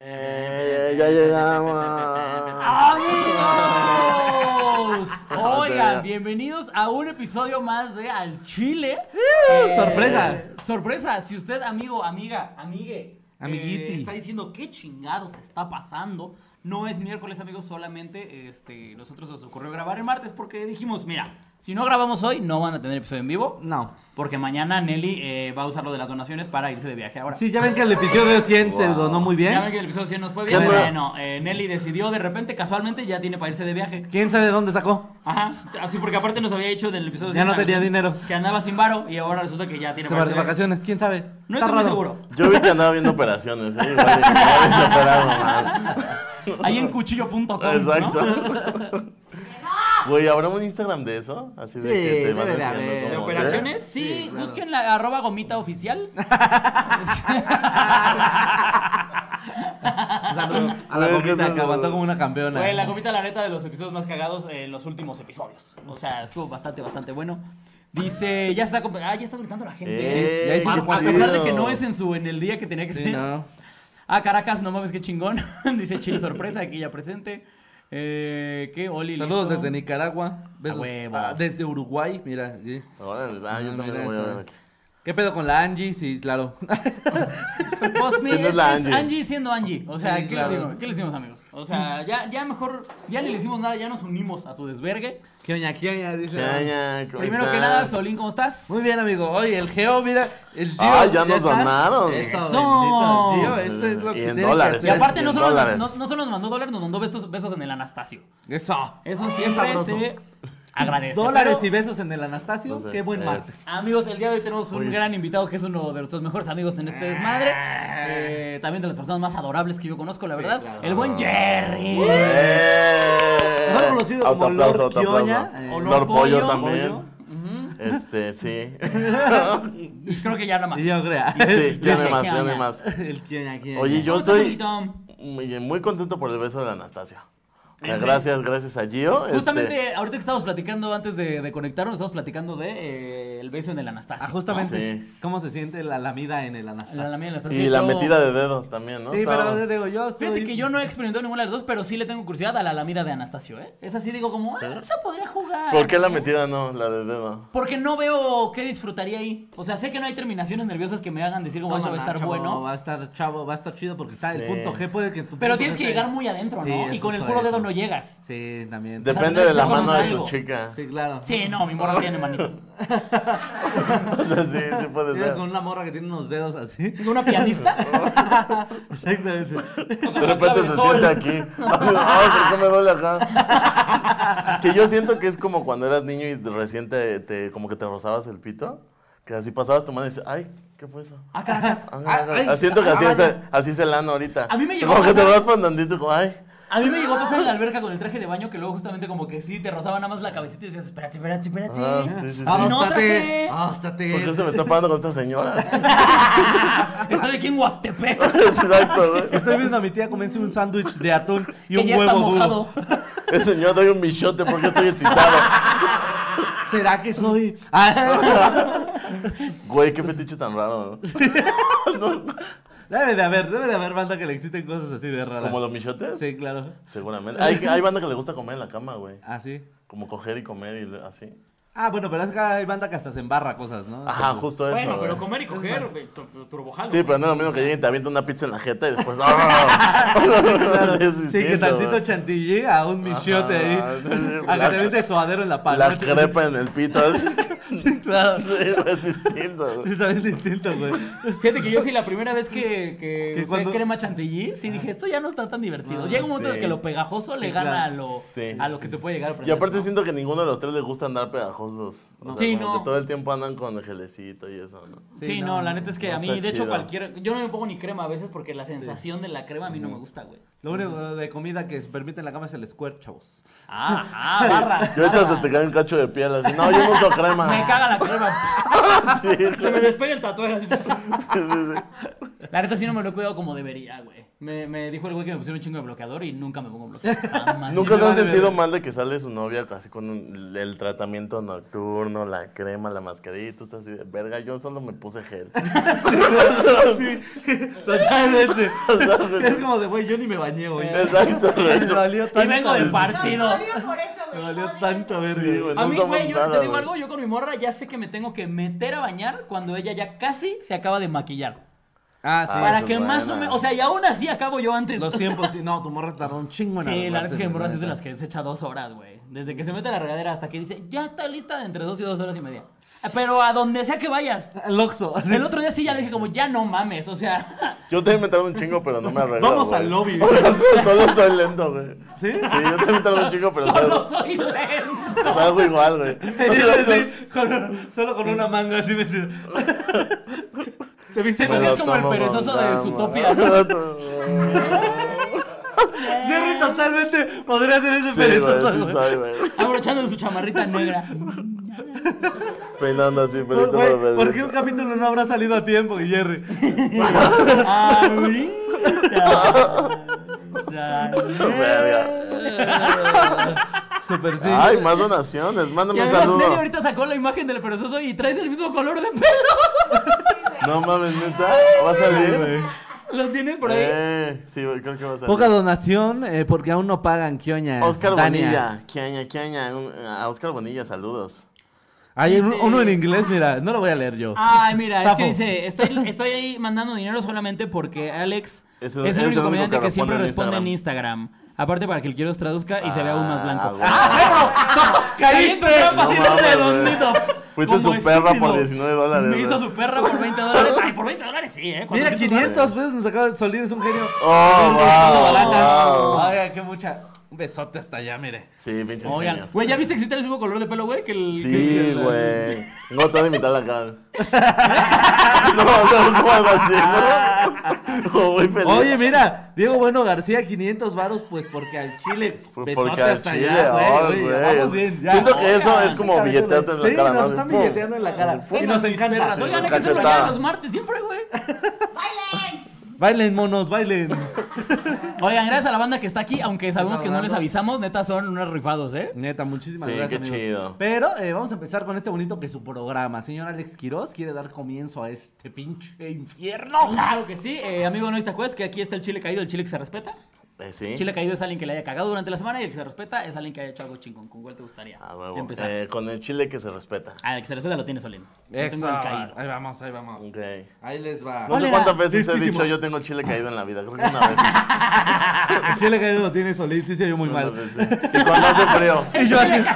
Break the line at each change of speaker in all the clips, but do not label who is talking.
Eh, ya llegamos.
¡Amigos!
Joder.
Oigan, bienvenidos a un episodio más de Al Chile.
¡Uh!
Eh,
sorpresa.
Sorpresa, si usted, amigo, amiga, amigue,
Amiguiti.
eh, está diciendo qué chingados está pasando. No es miércoles, amigos, solamente este, nosotros nos ocurrió grabar el martes porque dijimos, mira, si no grabamos hoy, no van a tener episodio en vivo.
No.
Porque mañana Nelly eh, va a usar lo de las donaciones para irse de viaje ahora.
Sí, ¿eh? ya ven que el episodio 100 se
Wow.
donó muy
Ya ven
bien.
que el episodio 100 nos fue
¿Qué
bien.
onda?
Bueno, eh, Nelly decidió de repente, casualmente, ya tiene para irse de viaje.
¿Quién sabe de dónde sacó?
Ajá, así porque aparte nos había dicho del episodio
Ya no
cien,
tenía
que-
dinero.
Que andaba sin varo y ahora resulta que ya tiene
Se va de
para irse de-
vacaciones, quién sabe.
No
Está
estoy muy
raro.
seguro.
Yo vi que andaba viendo operaciones, ¿eh? Igual y que andaba desoperado mal.
Ahí en cuchillo.com. ¿no?
Exacto. Güey, ¿habrá un Instagram de eso? Así de
Sí,
que te van
debe de
enseñando
haber.
cómo
¿De
hacer.
operaciones? Sí,
Sí, claro.
busquen la arroba gomita oficial.
Un saludo a
Güey,
la
qué
gomita que
saludo.
aguantó como una campeona.
Fue la gomita la neta de los episodios más cagados en los últimos episodios. O sea, estuvo bastante, bastante bueno. Dice, ya está, comp- ah, ya está gritando la gente.
¡Eh,
Ya hice
a,
que
a
cuando-
pesar de que no es en su en el día que tenía que
Sí,
ser.
no.
Ah, Caracas, no mames, qué chingón. Dice Chile Sorpresa, aquí ya presente. Eh, ¿Qué? Oli,
Saludos
listo.
desde Nicaragua. Besos,
A huevo.
ah, desde Uruguay, mira. sí.
Órale, ah, yo también
Ah, mira
lo voy a
eso.
ver aquí.
¿Qué pedo con la Angie? Sí, claro.
Pues mi-
Esa es
es,
la
es
Angie.
Angie. siendo Angie. O sea,
Sí,
¿qué,
claro.
les digo? ¿Qué les decimos, amigos? O sea, ya, ya mejor, ya ni le hicimos nada, ya nos unimos a su desvergue.
¿Qué oña, qué oña? Dice.
Chaña, ¿cómo
Primero que
estás?
nada, Solín, ¿cómo estás?
Muy bien, amigo. Oye, el Geo, mira. El Geo,
Ah, ya nos
está.
donaron.
Eso,
Eso.
bendito el Geo, eso es lo
Y
que
en
tiene que
dólares,
Y
hacer.
¿eh?
aparte, no
Bien,
solo, nos,
dólares.
no, no solo nos mandó dólares, nos mandó besos, besos en el Anastasio.
Eso.
Eso
Qué
siempre
sabroso.
se agradece.
Dólares
Pero,
y besos en el Anastasio.
No sé,
Qué buen
eh.
martes.
Amigos, el día de hoy tenemos un
Oye.
gran invitado que es uno de nuestros mejores amigos en este desmadre. Eh, también de las personas más adorables que yo conozco, la verdad.
claro.
El buen Jerry.
¡Eh!
Mejor conocido como
Autoaplauso,
Lord
autoaplauso.
Kioña, eh,
Lord Pollo
Pollo,
también.
Pollo.
Este, sí.
Y creo que ya nada más.
Y yo crea.
Sí, ya no hay más,
Kioña.
ya no hay más.
El Kioña, Kioña.
Oye, yo
¿Cómo estás,
soy este
amiguito?
muy, muy contento por el beso de la Anastasia. O sea,
¿En serio?
gracias, gracias a Gio. este,
Justamente ahorita que estábamos platicando antes de, de conectarnos, estábamos platicando de eh, el beso en el Anastasio.
Ah, justamente,
Sí.
¿cómo se siente la lamida en el
La,
Anastasio?
la mía en el Anastasio.
y la
Yo-
metida de dedo también, ¿no?
Sí,
Estaba-
pero te digo, yo soy...
Fíjate que yo no he experimentado ninguna de las dos, pero sí le tengo curiosidad a la lamida de Anastasio, ¿eh? Es así, digo como, ah, eso podría jugar.
¿Por qué la metida no? La de dedo.
Porque no veo qué disfrutaría ahí. O sea, sé que no hay terminaciones nerviosas que me hagan decir como
Toma,
eso va a estar
chavo,
bueno.
Va a estar chavo, va a estar chido porque está el
Sí.
punto G, puede que tu
Pero
punto
tienes
G
que
esté-
llegar muy adentro,
Sí,
¿no?
es
y con el
justo
puro dedo
eso.
no llegas.
Sí, también.
sea,
Depende de
tienes
la
que
mano de
conocer
tu
algo.
chica.
Sí, claro.
Sí, no, mi morra no tiene manitas.
O sea, sí, sí puede
Tienes
ser.
con una morra que tiene unos dedos así.
Digo, ¿Una pianista?
Exactamente.
De repente se siente aquí. Ay, ¿por qué me duele acá? Que yo siento que es como cuando eras niño y recién te, te- como que te rozabas el pito. Que así pasabas tu mano y dices, ay, ¿qué fue eso?
Ah, caracas.
Ah,
Ah,
ah,
ay,
ah, siento que así
ah,
es, el- así es el ano ahorita.
A mí me llegó
Como
a
que te
pasar-
vas pandandito como, ay.
A mí me llegó a pasar en la alberca con el traje de baño que luego justamente como que sí, te rozaba nada más la cabecita y decías, espérate, espérate, espérate.
Ah, sí, sí, sí.
Ah, no
¡Ástate!
traje.
¡Ástate!
¿Por qué se me está parando con estas señoras?
Ah.
Estoy aquí en Huastepec.
Exacto, güey.
Estoy viendo a mi tía comerse un sándwich de atún y
que
un
ya
huevo
está
duro.
mojado.
El señor doy un michote porque estoy excitado.
¿Será que soy? Ah,
Güey, qué fetiche tan raro.
debe de haber, debe de haber banda que le existen cosas así de raras.
¿Como los michotes?
Sí, claro. Ah,
Seguramente. Hay, hay banda que le gusta comer en la cama, güey.
Así.
Como coger y comer y le- así.
Ah, bueno, pero es que hay banda que hasta se embarra cosas, ¿no?
Ajá, justo eso.
Bueno, pero
güey.
comer y coger, güey, tu- tu- turbojalo.
Sí, pero no es lo mismo que lleguen y te avientan una pizza en la jeta y después. ¡ah!
Claro.
Es
Sí, que
distinto,
tantito
güey.
chantilly a un michote ahí.
Ajá, sí, sí,
A
la-
que te aviente suadero en la palma.
La crepa en el pito. así.
Sí, claro.
Sí, es distinto. güey.
Sí, está bien distinto, güey.
Fíjate que yo sí la primera vez que, que
Que
usé
cuando-
crema chantilly, sí dije, esto ya no está tan divertido.
Ah,
Llega un momento en
sí.
el que lo pegajoso le
Sí,
gana
claro.
a lo,
Sí,
a lo que te puede llegar a
Y
aprender.
aparte siento que ninguno de los tres les gusta andar pegajosos. O
No.
sea,
Sí,
como
no.
que todo el tiempo andan con el gelecito y eso, ¿no?
Sí,
Sí,
no,
no,
la neta es que
no
a mí,
está
de hecho,
chido.
cualquier... Yo no me pongo ni crema a veces porque la sensación de la crema a mí no me gusta, güey.
Lo único de comida que se permite en la cama es el squirt, chavos.
Ah, Ajá, barras.
Y ahorita
barras.
se te cae un cacho de piel así. No, yo no uso crema.
me caga la crema.
Sí, güey.
Se me despega el tatuaje así.
Sí, sí, sí.
La neta sí no me lo he cuidado como debería, güey. Me, me dijo el güey que me pusiera un chingo de bloqueador y nunca me pongo bloqueador. Jamás.
Nunca
me
se han
vale
sentido
verga.
mal de que sale su novia así con un- el tratamiento nocturno, la crema, la mascarita, está así de verga, yo solo me puse gel.
Sí, totalmente.
Totalmente.
Es como de, güey, yo ni me bañé hoy.
Exacto,
Me
güey.
valió tanto.
Y vengo de
eso.
par- Partido.
No, te odio por eso, güey.
Me valió
no digas
tanto
eso.
verga.
Sí, güey,
A
no
mí,
usamos
güey, yo
Pues nada,
te digo
güey.
algo, yo con mi morra ya sé que me tengo que meter a bañar cuando ella ya casi se acaba de maquillar.
Ah, sí.
Ah,
para
eso
que
es
más o
buena.
menos, o sea, y aún así acabo yo antes.
Los tiempos, sí. No, tu morra tardó un chingo en
Sí, la neta es que mi morra
morras
sí es de las que se echa dos horas, güey. Desde que se mete a la regadera hasta que dice, ya está lista de entre dos y dos horas y media. Pero a donde sea que vayas.
El Oxxo. así.
El otro día sí ya dije como, ya no mames, o sea...
Yo también me tardo un chingo, pero no me arreglo.
Vamos
güey.
al lobby.
Solo soy lento, güey.
¿Sí?
Sí, yo también tardo un chingo, pero
Solo
salgo,
soy lento.
salgo igual, güey.
Sí, con- solo con una manga así metida. Se viste
Siento
Me
que
lo
es como el
tomo con
perezoso de
calma.
Zootopia, ¿no?
Jerry totalmente podría ser ese
Eh. Sí, güey,
perezoso,
sí
güey.
soy, güey.
Abrochando su chamarrita negra.
Peinando así, pelito
Güey,
por pelito.
¿Por qué el capítulo no habrá salido a tiempo, Jerry?
Ah, Ahorita. ya.
Verga.
Super sí.
Ay, más donaciones,
Y
mándame un
además, Nelly
saludo.
ahorita sacó la imagen del perezoso y traes el mismo color de pelo.
No mames, neta. ¿Va a salir?
güey.
Lo tienes por ahí.
Eh, sí, güey, creo que va a salir.
Poca donación eh, porque aún no pagan, Kioña.
Oscar
Tania.
Bonilla, quiaña, quiaña. un- A Oscar Bonilla, saludos.
Hay un-
Dice-
uno en inglés, mira, no lo voy a leer yo.
Ay, mira, es que
Zafo.
dice, estoy, estoy ahí mandando dinero solamente porque Alex
Es
es,
el- es
el
el
único
único
comediante
que
que, siempre
responde
responde
en
en Instagram. Aparte para que el quiero os traduzca y se vea aún más
Ah,
blanco.
güey.
¡Ah, perro! No, caí en tu trampa,
No
sí, no
mames,
redondito.
güey. Fuiste
Como
su perra
estúpido.
por 19 dólares,
Me
güey.
hizo su perra por 20 dólares. Ay, por 20 dólares sí, eh.
Mira,
400
500 pesos nos acaba de Solín, es un genio.
Oh,
Eso, lana.
wow, wow.
Ay, qué mucha. Un besote hasta allá, mire.
Sí, pinches
Oigan,
genios.
güey, ¿ya viste que sí tiene el mismo color de pelo, güey? Que el, que- que
Sí,
el-
güey. No te voy a imitar la cara. No, no, no algo así, ¿no? Como muy feliz.
Oye, mira, Diego Bueno García, 500 varos, pues porque al Chile.
Por-
besote
Porque al
hasta
chile,
allá,
ay,
güey.
güey.
Vamos bien, ya.
Siento que eso
Oigan,
es como
déjame,
billeteando en la
sí,
cara, ¿no?
nos están
Pum.
billeteando en la cara. Y
Oigan,
nos
mis
encanta.
perras. Oigan, hay que hacerlo
Cachetada.
ya los martes, siempre, güey.
¡Bailen!
Bailen, monos, bailen.
Oigan, gracias a la banda que está aquí, aunque sabemos que no les
Saludando.
avisamos, neta son unos rifados, ¿eh?
Neta, muchísimas
Sí,
gracias.
qué
amigos.
chido.
Pero eh, vamos a empezar con este bonito que es su programa. Señor Alex Quiroz quiere dar comienzo a este pinche infierno.
Claro que sí, eh, amigo, no te acuerdas que aquí está el chile caído, el chile que se respeta.
Eh, sí.
El chile caído es alguien que le haya cagado durante la semana y el que se respeta es alguien que haya hecho algo chingón. ¿Con cuál te gustaría
Ah, huevo.
empezar?
Eh, con el chile que se respeta.
Ah, el que se respeta lo tiene Solín. Yo tengo el caído.
Ahí vamos, ahí vamos.
Ok.
Ahí les va.
No
Ole,
sé cuántas
la-
veces he
listísimo.
dicho yo tengo chile caído en la vida. Creo que una vez.
El chile caído lo tiene Solín, sí se vio muy
Una
mal.
vez, sí. Y cuando hace frío.
Y yo así,
Y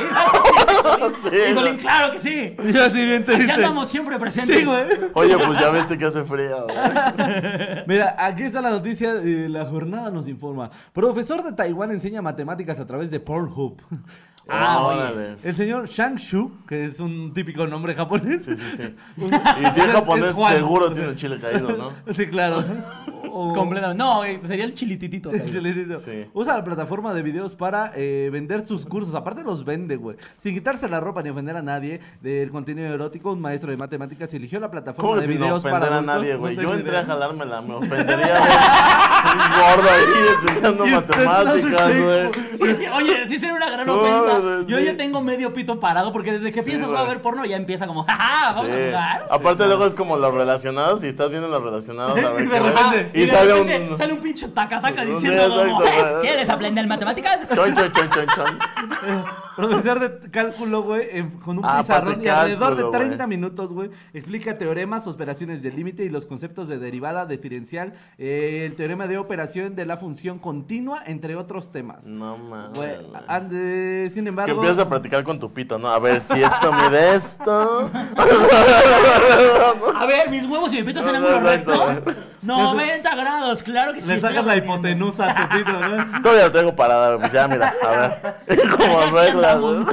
Sí,
Solín,
güey.
claro que sí.
y yo así bien
Aquí
triste.
andamos siempre presentes.
Sí, güey.
Oye, pues ya viste que hace frío. güey.
Mira, aquí está la noticia. eh, la jornada nos informa. Profesor de Taiwán enseña matemáticas a través de Pornhub.
Ah, oye.
Órale.
El señor Shang Shu, que es un típico nombre japonés.
Sí, sí, sí. Y si es
Es-
japonés,
es Juan.
seguro tiene chile caído, ¿no?
Sí, claro. O-
Completamente. No, eh, sería el chilititito. caído.
Excelente.
Sí.
Usa la plataforma de videos para eh, vender sus cursos. Aparte los vende, güey. Sin quitarse la ropa ni ofender a nadie del contenido erótico, un maestro de matemáticas eligió la
¿Cómo
plataforma
que
de
si no
videos para
ofender a
adultos.
nadie, güey?
No
Yo
tengo
entré a
idea.
jalármela, me ofendería, güey. Un gordo ahí enseñando
Y usted no
matemáticas,
se
güey.
Sí, sí, oye, sí sería una gran
No,
ofensa.
sí.
Yo ya tengo medio pito parado porque desde que
Sí,
piensas va a
güey.
ver porno ya empieza como, jaja, vamos a
Sí.
jugar.
Aparte luego es como los relacionados y estás viendo los relacionados a ver
De
qué ves.
Ajá,
repente.
y,
ah, y de
sale
repente
un
sale un pinche taca-taca
Sí,
diciendo como,
exacto,
"Eh,
güey.
¿quieres aprender matemáticas?
chon chon chon chon chon.
Eh, profesor de cálculo, güey, en- con un
Ah,
pizarrón
aparte
y alrededor de
cálculo,
30
güey.
minutos, güey, explica teoremas, operaciones de límite y los conceptos de derivada, diferencial, eh, el teorema de operación de la función continua, entre otros temas.
No mames.
Güey,
güey.
ande- sin
Que
embargo...
empiezas a practicar con tu pito, ¿no? A ver si esto mide esto.
A ver, mis huevos y mi pito en
No, no,
ángulo
exacto,
recto. 90 grados, claro que sí.
Le
estoy
sacas la
aprendiendo.
hipotenusa a tu pito, ¿no?
Todavía lo tengo parada, pues ya mira, a ver. Como regla, güey.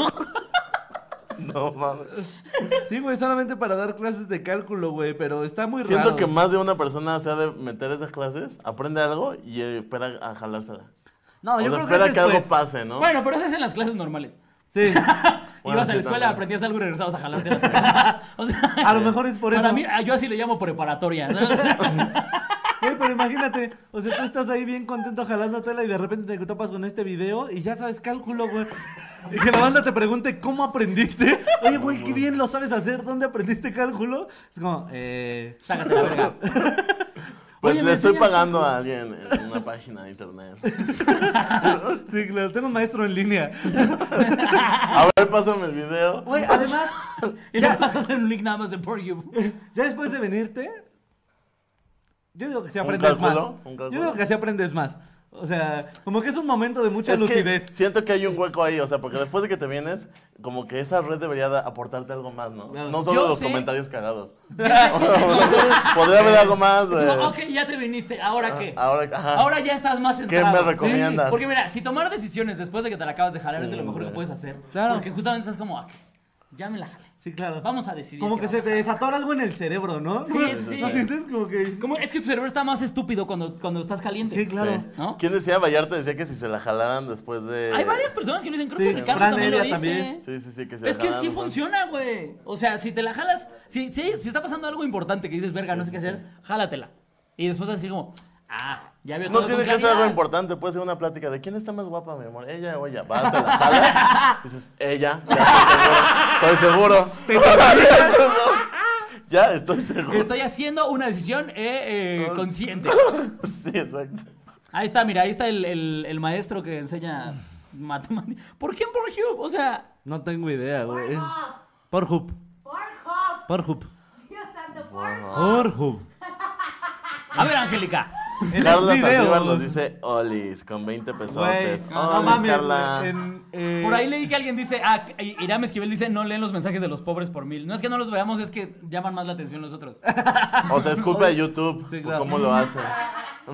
No mames.
Sí, güey, solamente para dar clases de cálculo, güey, pero está muy
Siento
raro.
que más de una persona se ha de meter a esas clases, aprende algo y eh, espera a jalársela.
No,
o
yo
sea,
pues,
creo que pues,
espera que, algo
después.
pase, ¿no?
Bueno, pero eso es en las clases normales.
Sí.
Bueno,
ibas a
sí,
la escuela,
también.
aprendías algo y regresabas a jalarte las cosas. O sea,
A lo mejor es por
para
eso.
mí, ah, yo así le llamo preparatoria. ¿no?
Güey, pero imagínate, o sea, tú estás ahí bien contento jalando tela y de repente te topas con este video y ya sabes cálculo, güey. Y que la banda te pregunte cómo aprendiste. Oye, güey, qué bien lo sabes hacer, ¿dónde aprendiste cálculo? Es como, eh.
Sácate la verga.
Pues
Oye, me
le estoy
enseñas-
pagando a alguien en una página de internet.
Sí, claro, tengo un maestro en línea.
A ver, pásame el video.
Güey, además,
Y le pasas en un link nada más de por you.
ya después de venirte, yo digo que si
¿Un
aprendes más.
cálculo? ¿Un
Yo
cálculo?
digo que así aprendes más. O sea, como que es un momento de mucha
Es que
lucidez.
siento que hay un hueco ahí, o sea, porque después de que te vienes, como que esa red debería da- aportarte algo más, ¿no?
Claro.
No solo
Yo
los
sé-
comentarios cagados. Podría haber algo más.
Es como,
eh,
ok, ya te viniste, ¿ahora qué?
Ahora, ajá.
Ahora ya estás más
Ah, ¿Qué me
centrado.
recomiendas?
Porque mira, si tomar decisiones después de que te la acabas de jalar es de lo
Mm,
mejor que puedes hacer.
Claro.
Porque justamente estás como, ok, ya me la jalé.
Sí, claro.
Vamos a decidir.
Como
qué
que
va
se
a
te
pasar.
desatora algo en el cerebro, ¿no?
Sí, sí.
¿No sientes como que...
Como- es que tu cerebro está más estúpido cuando, cuando estás caliente.
Sí, claro.
Sí.
¿No?
¿Quién decía? Vallarta decía que si se la jalaran después de...
Hay varias personas que lo dicen, creo
Sí,
que Ricardo
Fran
también lo dice.
Evia también.
Sí, sí, sí, que se la
Es que sí
jalaran, ¿no?
funciona, güey. O sea, si te la jalas, si, si, si está pasando algo importante que dices, verga, no sé qué hacer, jálatela. Y después así como, ah, ya veo todo
No tiene
con
que ser algo
claridad.
importante, puede ser una plática de quién está más guapa, mi amor, ella o ella. Vas, te la jalas, dices, ella, ya estoy seguro. Estoy seguro. ya, estoy seguro.
Estoy haciendo una decisión eh, eh, consciente.
Sí, exacto.
Ahí está, mira, ahí está el, el- el maestro que enseña matemáticas. ¿Por qué en Pornhub? O sea,
No tengo idea, güey.
Pornhub.
Por hub,
Pornhub.
por hub,
Dios santo, Pornhub.
por hub.
a ver, Angélica.
En los
Carla Saldívar
videos.
nos dice Olis con 20
Güey, Ah,
pesotes. Olis,
no mames,
Carla.
güey, en, eh,
Por ahí leí que alguien dice, ah, y- Irán Esquivel dice, no leen los mensajes de los pobres por mil. No es que no los veamos, es que llaman más la atención los otros.
O sea, es culpa de YouTube
Sí,
por
claro.
cómo lo hace.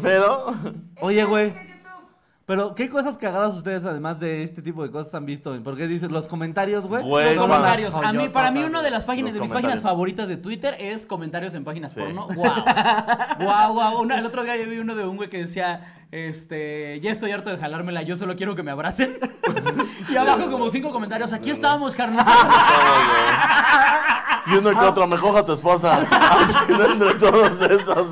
Pero
Oye, güey.
Está en YouTube.
Pero, ¿qué cosas cagadas ustedes, además de este tipo de cosas, han visto? Porque dicen los comentarios, güey.
Güey, Pues,
Los
no
comentarios.
mames.
A mí, para mí,
Joyota,
una de las páginas
Los
de mis páginas
comentarios.
favoritas de Twitter es comentarios en páginas
Sí.
porno. Wow. Wow, wow. el otro día yo vi uno de un güey que decía, este, ya estoy harto de jalármela, yo solo quiero que me abracen. y abajo como cinco comentarios, aquí estábamos, carnal.
y uno que otro, me coja a tu esposa. Así no entre todos esos.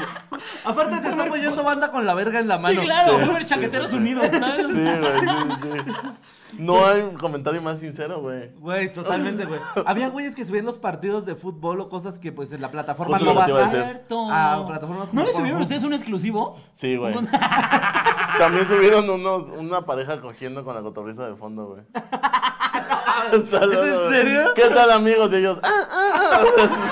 Aparte, te está apoyando banda con la verga en la
Sí,
mano.
claro,
Sí,
Uber
sí,
Chaqueteros
sí, sí.
Unidos, ¿sabes?
Sí, güey, sí, sí. No hay un comentario más sincero, güey.
Güey, totalmente, güey. Había güeyes que subían los partidos de fútbol o cosas que, pues, en la plataforma
Justo lo
no
que te iba a
vas
decir.
a...
Cierto.
Ah, plataformas como
¿No le subieron
Pornhub.
ustedes un exclusivo?
Sí, güey.
Un-
También subieron unos, una pareja cogiendo con la cotorriza de fondo, güey. Está loco,
en
güey.
serio?
¿Qué tal, amigos? Y ellos, ah, ah, ah.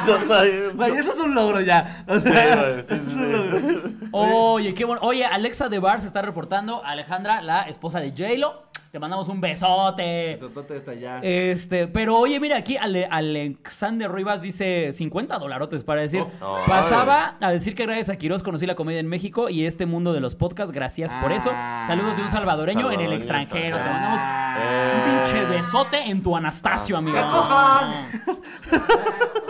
Son ahí.
Güey, eso es un logro ya. O
Sí,
sea,
güey, sí,
eso es
sí,
un
sí.
logro.
Oye, qué bueno. Oye, Alexa de Bar se está reportando. Alejandra, la esposa de J-Lo. Te mandamos un besote.
Sotote está ya.
Este, pero oye, mira, aquí Ale- Alexander Rivas dice 50 dolarotes para decir.
Oh.
Pasaba a decir que gracias a Quirós conocí la comedia en México y este mundo de los podcasts, gracias por eso.
Ah.
Saludos de un salvadoreño, en
Salvadoreño
el extranjero. Te
extranjero.
mandamos un
Eh.
pinche besote en tu Anastasio, amigo.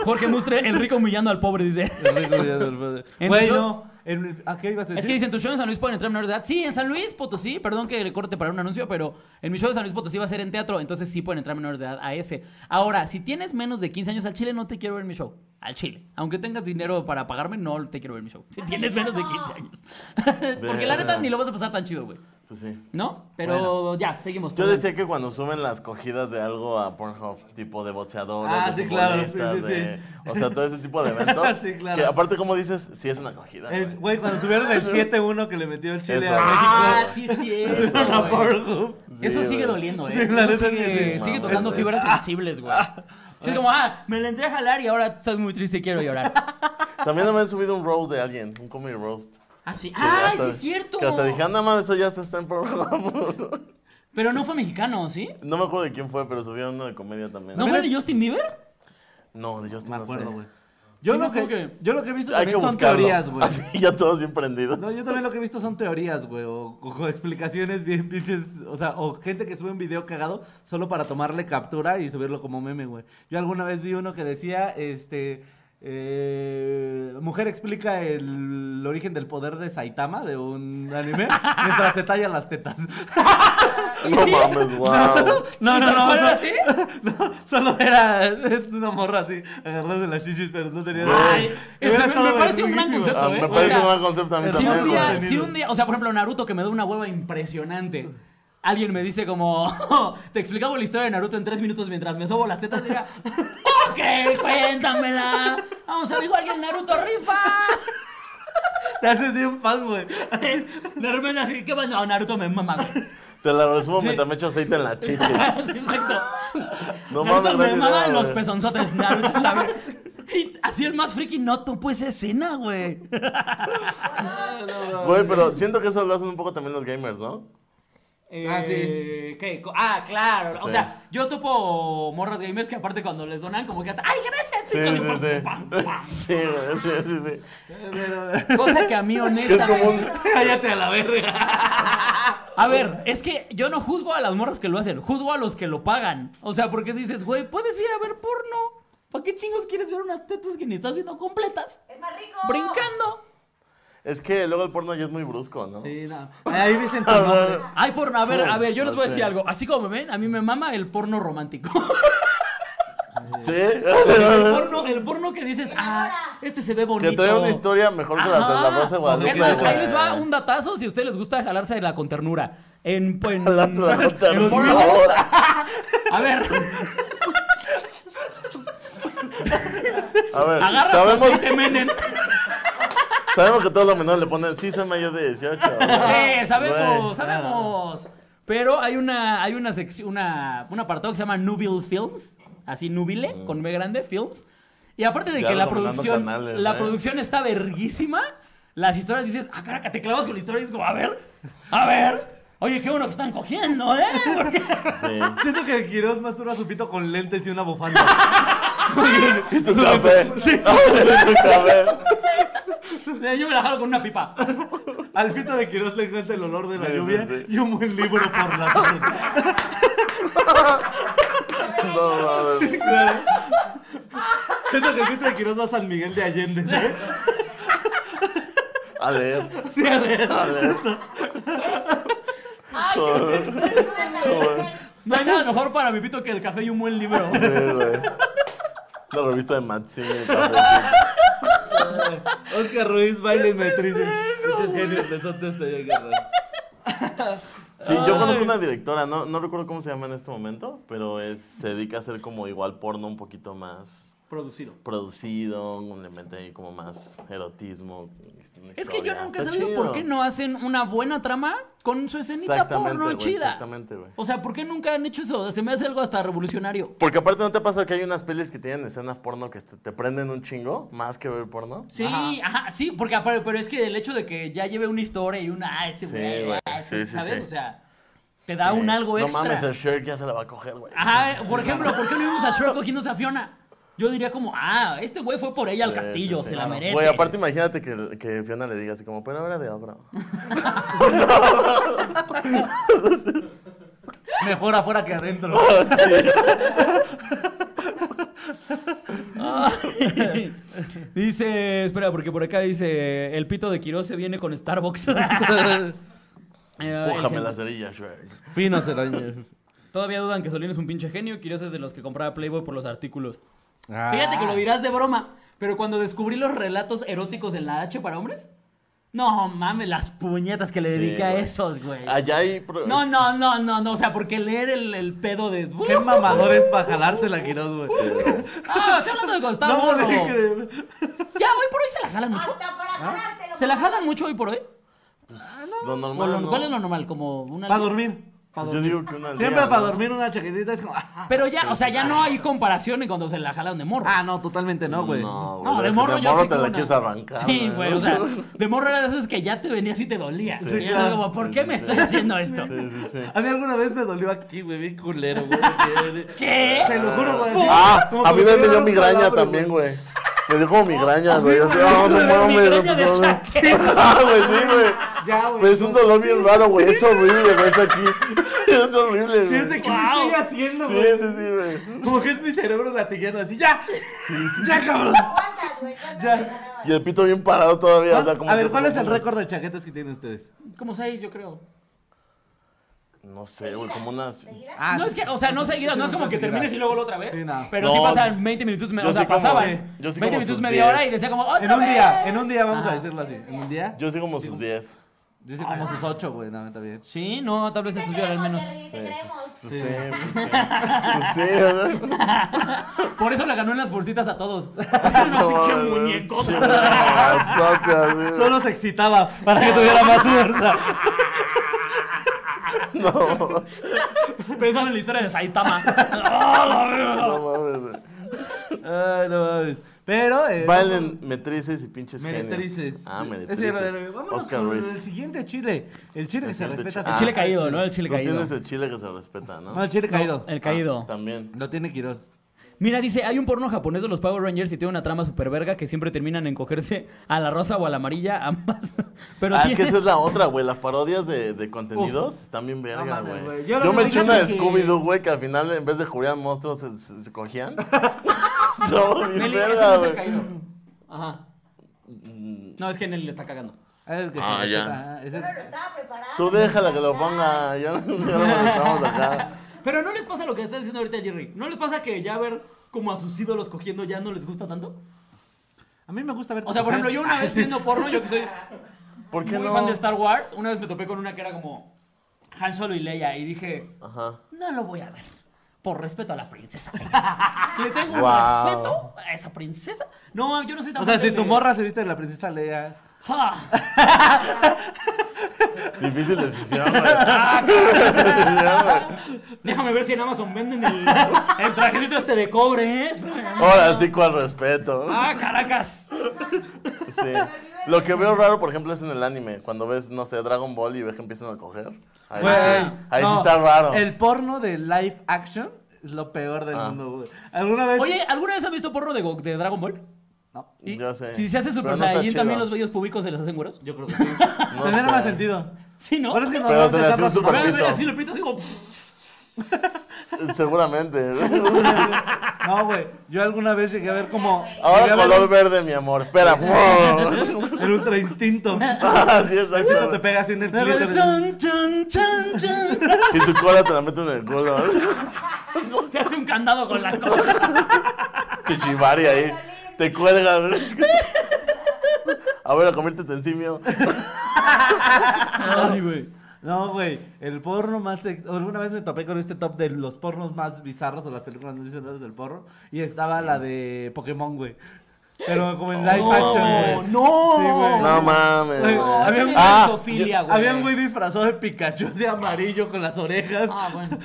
Jorge Mustre, el rico humillando al pobre, dice.
El rico día del padre.
Eh, En
Güey,
tu-
no. en- ¿A qué ibas
Es
a
que
decir?
dicen, tu show en San Luis pueden entrar menores de edad. Sí, en San Luis Potosí, perdón que le corte para un anuncio, pero en mi show de San Luis Potosí va a ser en teatro, entonces sí pueden entrar menores de edad a ese. Ahora, si tienes menos de 15 años al Chile, no te quiero ver en mi show. Al Chile. Aunque tengas dinero para pagarme, no te quiero ver en mi show. Si tienes menos de 15 años. Porque la neta
Verga.
ni lo vas a pasar tan chido, güey.
Pues sí.
¿No? Pero ya, seguimos.
Yo
perdón.
decía que cuando suben las cogidas de algo a Pornhub, tipo de boxeadores,
Ah,
de
sí, claro,
futbolistas,
sí, sí, sí.
de- o sea, todo ese tipo de eventos,
Sí, claro.
que aparte como dices, sí es una cogida.
Es-
güey.
Güey, cuando subieron el 7-1 que le metió el Chile
Eso. Ah,
a
Ah,
México.
sí, sí. es
Eso,
a
cierto, güey.
Pornhub.
Eso
Sí,
sigue
güey.
doliendo, ¿eh?
Sí, la
Eso
neta
sigue,
sí, sí.
sigue
Mames,
tocando
güey.
fibras sensibles, güey. Sí, es como, ah, me la entré a jalar y ahora estoy muy triste y quiero llorar.
También me han subido un roast de alguien, un comedy roast. que
Ah, sí. ¡Ah, sí
hasta-
es cierto!
Que hasta dije, anda mames, eso ya está en Pornhub.
Pero no fue mexicano, ¿sí?
no me acuerdo de quién fue, pero subieron uno de comedia también.
¿No
No,
fue de Justin Bieber?
de Justin
Me
no
acuerdo,
sé.
güey. Yo,
Sí, me
lo
acuerdo
que,
que-
yo lo que he visto
Hay que
también son
buscarlo.
teorías, güey.
Así ya todos bien prendidos.
No, yo también lo que he visto son teorías, güey. O, o- o explicaciones bien pinches. O sea, o gente que sube un video cagado solo para tomarle captura y subirlo como meme, güey. Yo alguna vez vi uno que decía, este. eh, mujer explica el, origen del poder de Saitama de un anime mientras se tallan las tetas.
No mames, Ah, wow.
No, no, no.
¿Cuál era
solo-
así?
No, solo era eh, una morra así, agarrándose las chichis, pero no tenía
Ay, eso
Hubiera
me-
estado
me parece un gran
verguísima.
concepto.
Ah,
¿eh?
me
O
parece
sea,
un mal concepto a mí
Si
también.
un,
güey.
día,
contenido.
si un día- o sea, por ejemplo, Naruto que me da una hueva impresionante. Alguien me dice como, te explicaba la historia de Naruto en tres minutos mientras me sobo las tetas y diría, ok, cuéntamela. Vamos, amigo, alguien Naruto rifa.
Te haces bien fan, güey.
De repente así, ¿qué pasa? No, Naruto me mama, güey.
Te la resumo
Sí.
mientras me echo aceite en la chichi.
Sí, exacto.
No
Naruto
mames,
me
no,
mama
no,
los
güey.
pezonzotes. Naruto es la ver- Y así el más friki no topo esa escena, güey.
Güey, pero siento que eso lo hacen un poco también los gamers, ¿no?
Ah, sí. Ah, claro. O
Sí.
sea, yo topo morras gamers que aparte cuando les donan como que hasta, ¡ay, gracias,
Sí,
chicos!
sí,
y
sí.
pam, pam, pam.
Sí, güey, sí, sí, sí.
Cosa que a mí
Que es como
honestamente...
un...
Cállate a la verga.
A ver, es que yo no juzgo a las morras que lo hacen, juzgo a los que lo pagan. O sea, porque dices, güey, puedes ir a ver porno. ¿Para qué chingos quieres ver unas tetas que ni estás viendo completas?
Es más rico.
Brincando.
Es que luego el porno ya es muy brusco, ¿no?
Sí, no. Ahí dicen tu nombre.
Ay, porno, a ver, a ver, yo les
No
voy a
sé.
decir algo. Así como me ven, a mí me mama el porno romántico.
Sí.
El porno, el porno que dices, ah, este se ve bonito.
Que trae una historia mejor que la de la
Ajá.
Rosa de Guadalupe.
Es más, ahí
güey.
les va un datazo si a ustedes les gusta jalarse de la conternura. En, en,
Jalarse de la
en
conternura.
porno. A ver,
A ver,
agarra
sabemos,
y te menen.
sabemos que todos los menores le ponen, sí, son mayores de 18.
Sí,
güey.
Eh, sabemos,
Güey.
sabemos. Pero hay una, hay una sección, una, un apartado que se llama Nubile Films, así Nubile, con B grande, Films. Y aparte de
Mm. Ya
que la
recomendando
producción,
canales,
la
¿eh?
producción está verguísima, las historias dices, ah, caraca, te clavas con la historia y dices, como, a ver, a ver, oye, qué bueno que están cogiendo, ¿eh? Porque-
Sí.
Siento que Quiroz masturba su pito con lentes y una bufanda.
Y su café. Sí, su café.
Yo me la jalo con una pipa.
Al pito de Quiroz le encanta el olor de la
Sí,
lluvia
sí.
y un buen libro por la tarde.
No mames.
Claro. Siento que el pito de Quiroz va a San Miguel de Allende. ¿eh?
A leer.
Sí, a ver.
A leer. Joder.
No hay nada mejor para mi pito que el café y un buen libro.
Sí, güey. La revista de Maxine. el cafecito.
Oscar Ruiz, baile y metrices. Muchos genios, besotes hasta allá, carnal.
Sí, yo conozco una directora, no, no recuerdo cómo se llama en este momento, pero es- se dedica a hacer como igual porno un poquito más
Producido.
producido, le mete ahí como más erotismo. una
Es que yo
historia.
nunca he
Está
sabido por
chido.
qué no hacen una buena trama con su escenita
Exactamente,
porno
güey,
chida.
exactamente, güey.
O sea, ¿por qué nunca han hecho eso? Se me hace algo hasta revolucionario.
Porque aparte no te pasa que hay unas pelis que tienen escenas porno que te, te prenden un chingo, más que ver porno.
Sí, ajá, sí, porque aparte, pero es que el hecho de que ya lleve una historia y una, ah, este
Sí,
güey,
güey,
ah, este,
sí, sí, sí.
¿sabes? O sea, te da un algo
Eh, no
extra.
No mames, el Shirk ya se la va a coger, güey.
Ajá, eh, por ejemplo, ¿por qué no vimos a Shrek cogiéndose a Fiona? Yo diría como, ah, este güey fue por ella al
Sí,
castillo,
sí, sí.
se la merece.
Güey, aparte imagínate que, que Fiona le diga así como, pero ahora de obra.
Mejor afuera que adentro.
Ay. dice, espera, porque por acá dice, el pito de Quiroz se viene con Starbucks. Ay,
Pújame
gente.
la cerilla, Shrek.
Fino se daño.
Todavía dudan que Solín es un pinche genio, Quiroz es de los que compraba Playboy por los artículos.
Ah.
Fíjate que lo dirás de broma, pero cuando descubrí los relatos eróticos en la H para hombres, no mames, las puñetas que le
Sí,
dedica a
güey.
esos, güey.
Allá hay... pro-
No, no, no, no, no, o sea, porque leer el, el pedo de...
Qué mamador es para jalársela, Quiroz, güey.
Ah, estoy hablando de cuando estaba
No
morro.
podía creer.
Ya, hoy por hoy se la jalan mucho. ¿Ah?
Hasta para jalártelo.
¿Se la jalan mucho hoy por hoy?
Lo
¿O
normal,
lo-
¿no?
¿Cuál es lo normal? Como una...
Para dormir.
Pa'
Yo
dormir.
digo que una al
Siempre
día,
para
¿no?
dormir una chaquetita es como. ah,
Pero ya, o sea, ya no hay comparación en cuando se la jalan de morro.
Ah, no, totalmente no, güey.
No, güey.
No, de
es que
morro
de
yo
morro
sí
te
que
la
una-
quieres arrancar.
Sí, güey,
¿no?
o sea, de morro era de esos que ya te venías y te dolía.
Sí,
Y era
claro.
como, ¿por qué me
Sí,
estoy
sí.
haciendo esto?
Sí, sí, sí.
A mí alguna vez me dolió aquí, güey, bien culero, güey.
¿Qué?
Te lo juro, güey. así,
Ah,
como
a
que
mí
me
también me dio
dieron un
migraña
calambre,
también, güey. Me dio como migraña,
¿sí,
güey. Así,
güey?
ah, no
Migraña
mames.
de
no mames.
chaqueta.
Ah, güey, sí, güey.
Ya, güey.
Pero es un dolor bien raro, güey. Es horrible, güey. Es aquí. Es horrible,
Sí,
güey.
es de que
Wow.
me estoy haciendo,
Sí,
güey.
sí, sí, güey.
Como que es mi cerebro latigueando así, ya. Ya, cabrón.
Aguanta, güey. ¿Cuántas
Ya.
te ganabas?
Y el pito bien parado todavía. o sea, como
a
que
ver, ¿cuál es el
como-
récord de chaquetas que tienen ustedes?
Como seis, yo creo.
No sé, güey, como unas.
¿Seguirás?
Ah,
no es que, o sea, no seguidas, no es como que termines y luego la otra vez.
Sí, no.
Pero
No,
sí pasan 20 minutos, me-
yo
o sea,
sí como-
pasaban.
yo sí
20
como
minutos,
sus
media
10.
hora y decía como, ¡otra
En un día,
vez!
en un día, vamos a
Ajá.
decirlo así. En un día.
Yo sí como sus 10.
Yo sé como sus ocho, güey, no, está bien.
Sí, no, tal vez en tu ciudad pues al menos.
Te queremos.
Pues sí, pues sí. Pues sí, ¿verdad?
Por eso la ganó en las bolsitas a todos. Una pinche
No, güey,
muñeco.
sí, no, saca, sí.
Solo se excitaba para que tuviera más fuerza.
No,
Pensando en la historia de Saitama. ¡Ah, la verga!
no mames. güey.
Ay, no mames. Pero. Eh,
Valen metrices y pinches genios.
Meretrices.
Ah,
Es
meretrices.
decir, vámonos
Oscar
con el
Ruiz.
siguiente chile. El chile que se
siguiente chile.
respeta. se
El
Chile
Ah,
caído, ¿no? El chile
No
caído.
tienes el chile que se respeta, ¿no? Ah,
No, el chile caído.
El caído.
También.
Lo tiene Quirós.
Mira, dice, hay un porno japonés de los Power Rangers y tiene una trama super verga que siempre terminan en cogerse a la rosa o a la amarilla, ambas. Pero
ah, es que
tiene-
esa es la otra, güey. Las parodias de, de contenidos están bien verga,
mames,
güey.
güey. Yo
Yo,
lo
me
que-
eché una de
fíjate que-
Scooby-Doo, güey, que al final en vez de jurían monstruos se, se- se cogían. no, bien
Meli, ese no
verga,
es el
güey.
caído. Ajá. No, es que Nelly le está cagando.
Es el que
Ah,
se
ya.
respeta. ah, es el-
Pero lo estaba preparando.
Tú déjala que lo ponga. Ya no ya no molestamos acá.
Pero no les pasa lo que está diciendo ahorita Jerry. ¿No les pasa que ya ver como a sus ídolos cogiendo ya no les gusta tanto?
A mí me gusta ver.
O sea, por ejemplo, yo una vez viendo porno, yo que soy
¿Por qué
muy
no?
fan de Star Wars, una vez me topé con una que era como Han Solo y Leia y dije,
Ajá.
no lo voy a ver. Por respeto a la princesa. Le tengo un
Guau.
respeto a esa princesa. No, yo no soy tan
O sea,
fan
si
de-
tu morra se viste de la princesa Leia.
Ah,
Difícil decisión, güey. Decisión, güey.
déjame ver si en Amazon venden el, el trajecito este de cobre, ¿eh?
Ahora sí, cual respeto.
Ah, Caracas.
Sí. Lo que veo raro, por ejemplo, es en el anime. Cuando ves, no sé, Dragon Ball y ves que empiezan a coger. Ahí,
Güey,
ahí sí
no,
está raro.
El porno de live action es lo peor del
Ah.
mundo, güey. ¿Alguna vez?
Oye, ¿alguna vez has visto porno de, Go- de Dragon Ball?
No.
Y
Yo sé.
Si se hace Super
Pero no está
Saiyajin,
chido.
también los bellos públicos se les hacen güeros. Yo creo que
No
Tendría más
sé.
sentido.
sí, ¿no?
Pero es que nos
Pero
vamos
se
a
le hace
dejar
un
los-
super-
A ver, a ver,
Pepito.
así lo pito así como...
Seguramente.
No, güey. Yo alguna vez llegué a ver como. llegué
Ahora
a ver
color verde, mi amor. Espera. Ah, Wow.
El ultra instinto.
Así es.
El pito te pega así en el clítoris.
Chun, chun, chun, chun.
Y su cola te la meten en el culo.
Te hace un candado con la cola.
Chichivari ahí. Te cuelga. Ahora conviértete en simio.
Ay, güey.
No, güey. El porno más. ex- Alguna vez me topé con este top de los pornos más bizarros o las películas más bizarras del porno. Y estaba la de Pokémon, güey. Pero como en live
Ah,
No,
action, güey.
no.
Sí, güey.
No mames.
Güey,
güey.
había un-
Ah,
pedofilia, güey.
Había un güey disfrazado de Pikachu así amarillo con las orejas.
Ah, bueno.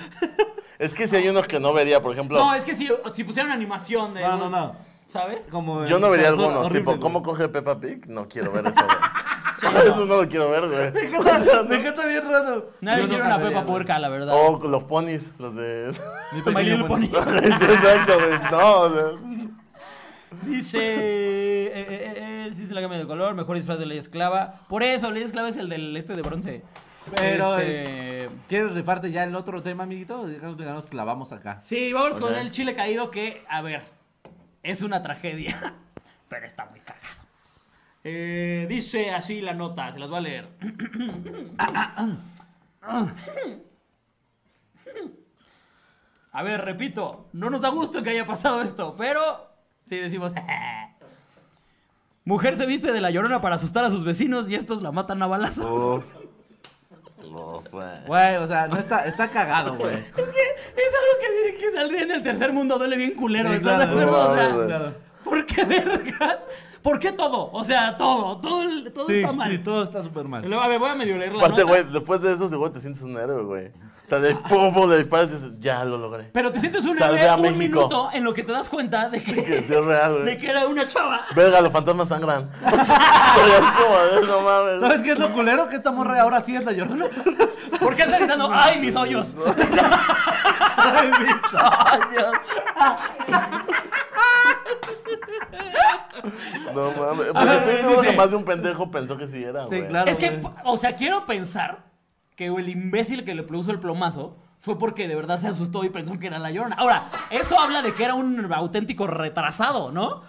Es que si hay unos que no vería, por ejemplo.
No, es que si, si pusieran animación de...
No, no, no.
¿Sabes?
Como
Yo no vería
horrible,
algunos,
horrible,
tipo,
güey.
¿cómo coge Peppa Pig? No quiero ver eso, güey. Eso no lo quiero ver, güey.
Me encanta- me encanta bien raro.
Nadie
Yo no
quiere una
cabería,
pepa
güey. Oh,
puerca, la verdad.
O los ponis, los de...
Mi
My
pequeño
Little
pony.
Pony.
Sí, exacto, güey. No, o sea,
Dice. eh, eh, eh, eh, sí, se la cambia de color. Mejor disfraz de Ley Esclava. Por eso, Ley Esclava es el del este de bronce.
Pero
Este,
¿Quieres rifarte ya el otro tema, amiguito? Ya nos- ya nos clavamos acá.
Sí, vamos con
Ok.
el chile caído que, a ver, es una tragedia, pero está muy cagado. Eh, dice así la nota, se las voy a leer. A ver, repito, no nos da gusto que haya pasado esto, pero sí decimos... Mujer se viste de la llorona para asustar a sus vecinos y estos la matan a balazos.
uf. No, güey.
Güey, o sea, no está, está cagado, güey.
Es que es algo que diré que saldría en el tercer mundo, duele bien culero,
Sí,
¿estás
claro.
de acuerdo? O sea,
No, no,
no, no.
¿por qué vergas? ¿Por qué todo? O sea, todo, todo, el- todo
Sí,
está mal.
sí, todo está súper
Y
mal.
luego, a ver, voy a medio leer la
Aparte,
nota,
güey, después de eso seguro te sientes un héroe, güey. O sea, le pum, pum, le disparas y dices, ya lo logré.
Pero te sientes un
Salvé
héroe
a
un
México.
minuto en lo que te das cuenta de
Que sí
que,
es real,
de
güey.
que era una chava.
Verga, los fantasmas sangran. O sea, es como, eh, no mames.
¿Sabes qué es lo culero? Que esta morra ahora sí es la llorona.
¿Por qué está gritando? ¡Ay, mis hoyos!
Ay, mis-
No mames.
A
Porque
ver,
estoy seguro
dice-
que más de un pendejo pensó que sí era,
Sí,
güey.
claro.
Es que,
güey.
o sea, quiero pensar que el imbécil que le puso el plomazo fue porque de verdad se asustó y pensó que era la llorona. Ahora, eso habla de que era un auténtico retrasado, ¿no?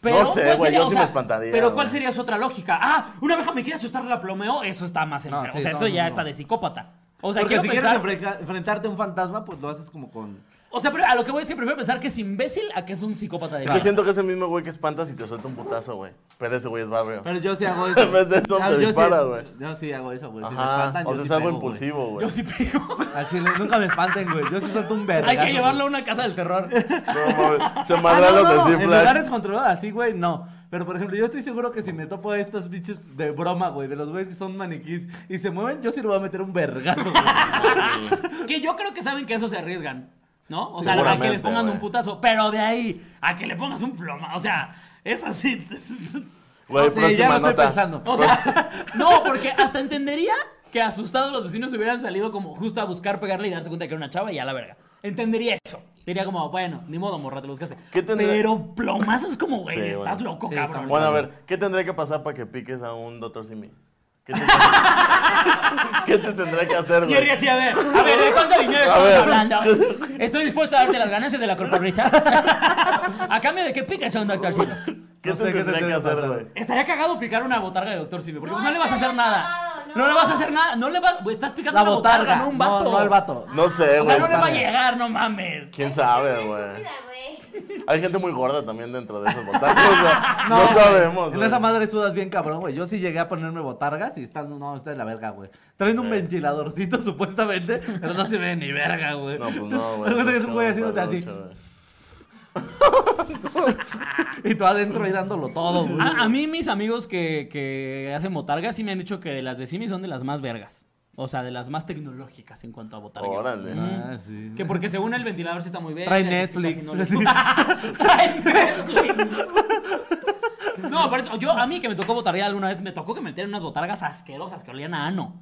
Pero,
No sé,
¿cuál
güey,
sería?
yo
O
sí
sea,
me espantaría,
Pero, ¿cuál
güey.
sería su otra lógica? Ah, una abeja me quiere asustar, la plomeó. Eso está más enfermo.
sí,
o sea,
no,
eso
no,
ya
no.
está de psicópata. O sea,
Porque
quiero
si
pensar.
quieres enfreca- enfrentarte a un fantasma, pues lo haces como con.
O sea, pero a lo que voy es que prefiero pensar que es imbécil a que es un psicópata de
Es que siento que es el mismo güey que espanta si te suelta un putazo, güey. Pero ese güey es barrio.
Pero yo sí hago eso.
En vez de eso,
Ah,
te
yo sí-
dispara, güey.
Yo sí hago eso, güey. Si me
Ajá.
espantan,
O
yo
sea,
sí
es algo
pego, güey.
impulsivo, güey.
Yo sí pego.
Al chile, nunca me espanten, güey. Yo sí suelto un vergazo.
Hay que
güey.
llevarlo a una casa del terror.
No mames, Se
Ah,
madrean
no,
los
no,
de
no, En
Ciflas.
lugares controlados así, güey, no. Pero, por ejemplo, yo estoy seguro que si me topo a estos bichos de broma, güey, de los güeyes que son maniquís y se mueven, yo sí le voy a meter un vergazo, güey.
Que yo creo que saben que eso se arriesgan, ¿no? O sea, a que les
Seguramente,
pongan
güey.
un putazo. Pero de ahí, a que le pongas un ploma. O sea, es así.
Güey,
No sé, ya lo
próxima
estoy
nota.
pensando.
O sea, no, porque hasta entendería que asustados los vecinos hubieran salido como justo a buscar pegarle y darse cuenta que era una chava y a la verga. Entendería eso. Diría como, bueno, ni modo, morra, te lo buscaste.
¿Qué tendrá-
Pero plomazos como, güey,
Sí,
estás
bueno.
loco,
Sí,
cabrón.
Bueno, a ver, ¿qué tendría que pasar para que piques a un Dr. Simi? ¿Qué te, ¿Qué te tendría que hacer,
Jerry
güey?
así, a ver, a ver, ¿de cuánto dinero
A
estamos
ver.
hablando? Estoy dispuesto a darte las ganancias de la corporrisa. a cambio de que piques a un doctor Simi.
¿Qué
No sé,
te
¿qué te
tendría que
tendría que
hacer,
pasar?
güey?
Estaría cagado picar una botarga de doctor Simi, porque
No,
no, le vas a hacer
estaría
nada.
cagado,
no.
no.
le vas a hacer nada, no le vas, güey, estás picando
La
una
botarga,
botarga, no un vato.
No, no al vato.
No sé,
O sea,
güey.
no le va a
Botarga.
llegar, no mames.
¿Quién
Ay,
sabe,
qué
güey?
estúpida, güey.
Hay gente muy gorda también dentro de esos botargas. o sea, no, sabemos.
En
güey.
esa madre sudas bien cabrón, güey. Yo sí llegué a ponerme botargas y están, no, está en la verga, güey. Traen un
Sí.
ventiladorcito supuestamente, pero no se ve ni verga, güey.
No, pues no,
Haz cuenta
güey.
que es un güey haciéndote así. Y tú adentro ahí dándolo todo, güey.
A, a mí mis amigos que, que hacen botargas sí me han dicho que de las de Simi son de las más vergas. O sea, de las más tecnológicas en cuanto a botarga.
Órale.
Ah, sí.
Que porque según el ventilador sí está muy bien.
Trae
que sí,
Netflix.
casi no le- Trae Netflix. No, pero es- yo a mí que me tocó botarga alguna vez, me tocó que me metieran unas botargas asquerosas que olían a ano.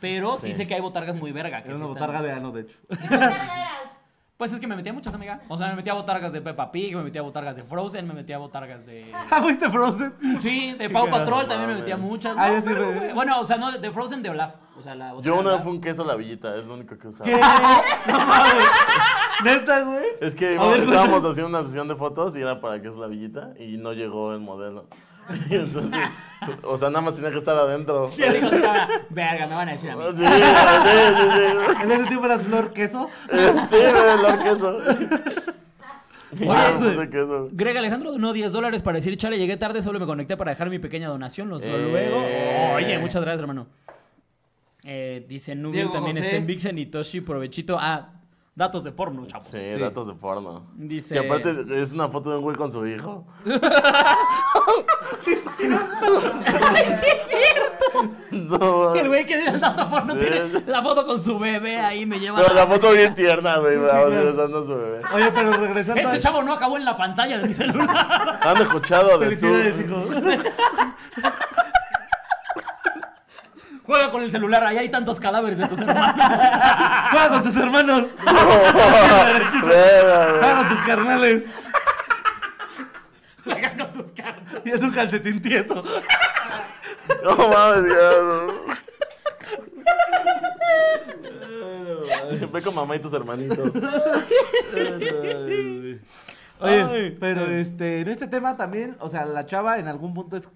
Pero sí,
Sí.
sé que hay botargas muy verga. Que
Era
sí
una
están-
botarga de ano, de hecho.
¿Qué carreras?
Pues es que me metía muchas, amiga. O sea, me metía botargas de Peppa Pig, me metía botargas de Frozen, me metía botargas de...
Ah, fuiste Frozen.
Sí, de Pau
cagado,
Patrol también me
mames.
metía muchas.
Ah,
¿no?
ya sí,
Pero,
güey.
güey, bueno, o sea, no, de, de Frozen de Olaf. O sea, la
Yo
botarga
una
de
vez
Olaf.
fue un queso a la villita, es lo único que usaba.
¿Qué? No mames. Neta, güey.
Es que
A ver,
estábamos haciendo una sesión de fotos y era para queso a la villita y no llegó el modelo. Y entonces, o sea, nada más tenía que estar adentro.
Sí, digo, cara, Verga, me van a decir a mí.
Sí, sí, sí,
En ese tiempo eras flor queso.
sí. Eh, Sí, güey, lo queso. Y
Oye, pues,
ya,
güey.
puse queso.
Greg Alejandro donó 10 dólares para decir, chale, llegué tarde, solo me conecté para dejar mi pequeña donación, los veo
Eh.
luego. Oye, muchas gracias, hermano. Eh, dice Nubien
Diego
también
José.
está en Vixen y Toshi Provechito. Ah, datos de porno, chavos.
Sí, datos de porno.
Dice-
Y aparte es una foto de un güey con su hijo.
¡Sí es cierto!
No,
El güey que dio el dato porno
Sí.
tiene la foto con su bebé ahí, me lleva...
Pero la foto bien tierna, güey, besando a su bebé.
Oye, pero regresando
Este chavo no acabó en la pantalla de mi celular.
¿Han escuchado de tú?
Felicidades, hijo.
Juega con el celular, ahí hay tantos cadáveres de tus hermanos.
Juega con tus hermanos. Juega
Verga,
con tus carnales.
Juega con tus cartas.
Y es un calcetín tieso.
güey. No mames, ya. Ve con mamá y tus hermanitos.
Oye,
Ay.
pero este, en este tema también, o sea, la chava en algún punto es.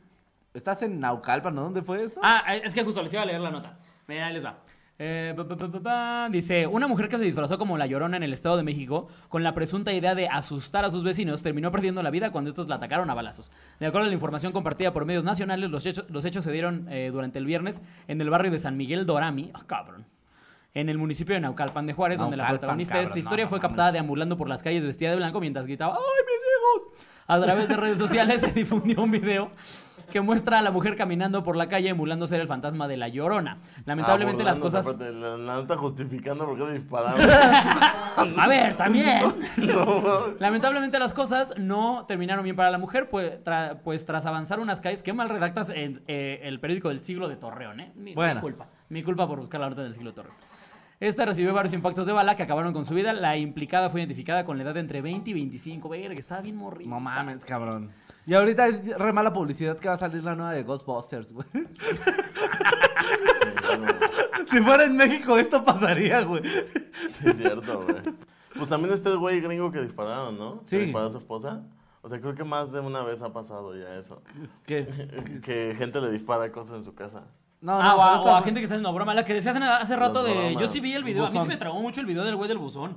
¿Estás en Naucalpan, no? ¿Dónde fue esto?
Ah, es que justo les iba a leer la nota. Mira, ahí les va. Eh, pa, pa, pa, pa, pa. Dice, una mujer que se disfrazó como la llorona en el Estado de México con la presunta idea de asustar a sus vecinos terminó perdiendo la vida cuando estos la atacaron a balazos. De acuerdo a la información compartida por medios nacionales, los hechos, los hechos se dieron eh, durante el viernes en el barrio de San Miguel Dorami. Ah, cabrón. En el municipio de Naucalpan de Juárez, donde la
Naucalpan,
protagonista de esta
cabrón,
historia
no, no
fue
mames.
captada deambulando por las calles vestida de blanco mientras gritaba ¡Ay, mis hijos! A través de redes sociales se difundió un video que muestra a la mujer caminando por la calle emulando ser el fantasma de la llorona. Lamentablemente las
Ah, burlándose,
cosas...
aparte, La la neta justificando por qué le dispararon.
A ver, también.
No mames.
Lamentablemente las cosas no terminaron bien para la mujer, pues, tra- pues tras avanzar unas calles, qué mal redactas en, eh, el periódico del siglo de Torreón, ¿eh? Mi, mi
Bueno.
culpa. Mi culpa por buscar la nota del siglo de Torreón. Esta recibió varios impactos de bala que acabaron con su vida. La implicada fue identificada con la edad de entre 20 y 25. Verga, estaba bien morrida.
No mames, cabrón. Y ahorita es re mala publicidad que va a salir la nueva de Ghostbusters, güey. si fuera en México, esto pasaría, güey.
Sí, es cierto, güey. Pues también este güey gringo que dispararon, ¿no?
Sí.
Que disparó a su esposa. O sea, creo que más de una vez ha pasado ya eso.
¿Qué?
Que gente le dispara cosas en su casa.
No,
ah,
no,
o, a,
pero
o a
esto-
gente que está haciendo broma. La que decías en- hace rato
Las
de. Yo
bromas.
sí vi el video. A mí sí
Buzón.
me trabó mucho el video del güey del buzón.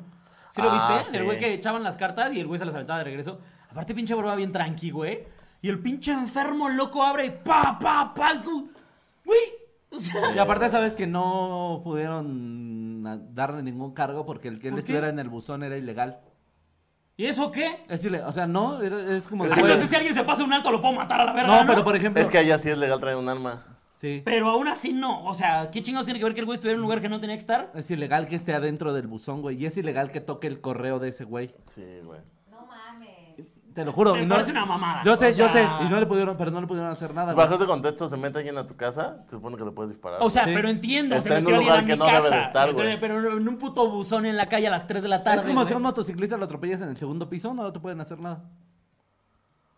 ¿Sí lo
Ah,
viste? El
sí.
güey que echaban las cartas y el güey se las aventaba de regreso. Aparte, pinche broma bien tranqui, güey. Y el pinche enfermo loco abre y pa, pa, pa. es como, Güey. O sea,
Y aparte sabes que no pudieron a- darle ningún cargo porque el que él
¿Por qué?
estuviera en el buzón era ilegal.
¿Y eso qué?
Es ilegal, o sea, no, era- es como...
Es
de,
que
güey,
Entonces, si alguien se pasa un alto, lo puedo matar a la verga.
Pues, no, pero por ejemplo...
Es que allá sí es legal traer un arma.
Sí,
Pero aún así no. O sea, ¿qué chingados tiene que ver que el güey estuviera en un lugar que no tenía que estar?
es ilegal que esté adentro del buzón, güey. Y es ilegal que toque el correo de ese güey.
Sí, güey.
No mames.
Te lo juro.
Me
y
parece una mamada.
Yo sé,
O
yo sé.
sea-
Y no le pudieron, pero Ah, no le pudieron hacer nada. güey.
Bajo ese contexto, se mete alguien a tu casa, se supone que le puedes disparar.
O sea,
Sí.
pero entiendo,
Está
se
en
metió
un
alguien
lugar
a mi
que no
casa.
debe de estar,
pero-
güey.
Pero en un puto buzón en la calle a las 3 de la tarde.
Es como si a un
güey.
motociclista lo atropellas en el segundo piso, no te pueden hacer nada.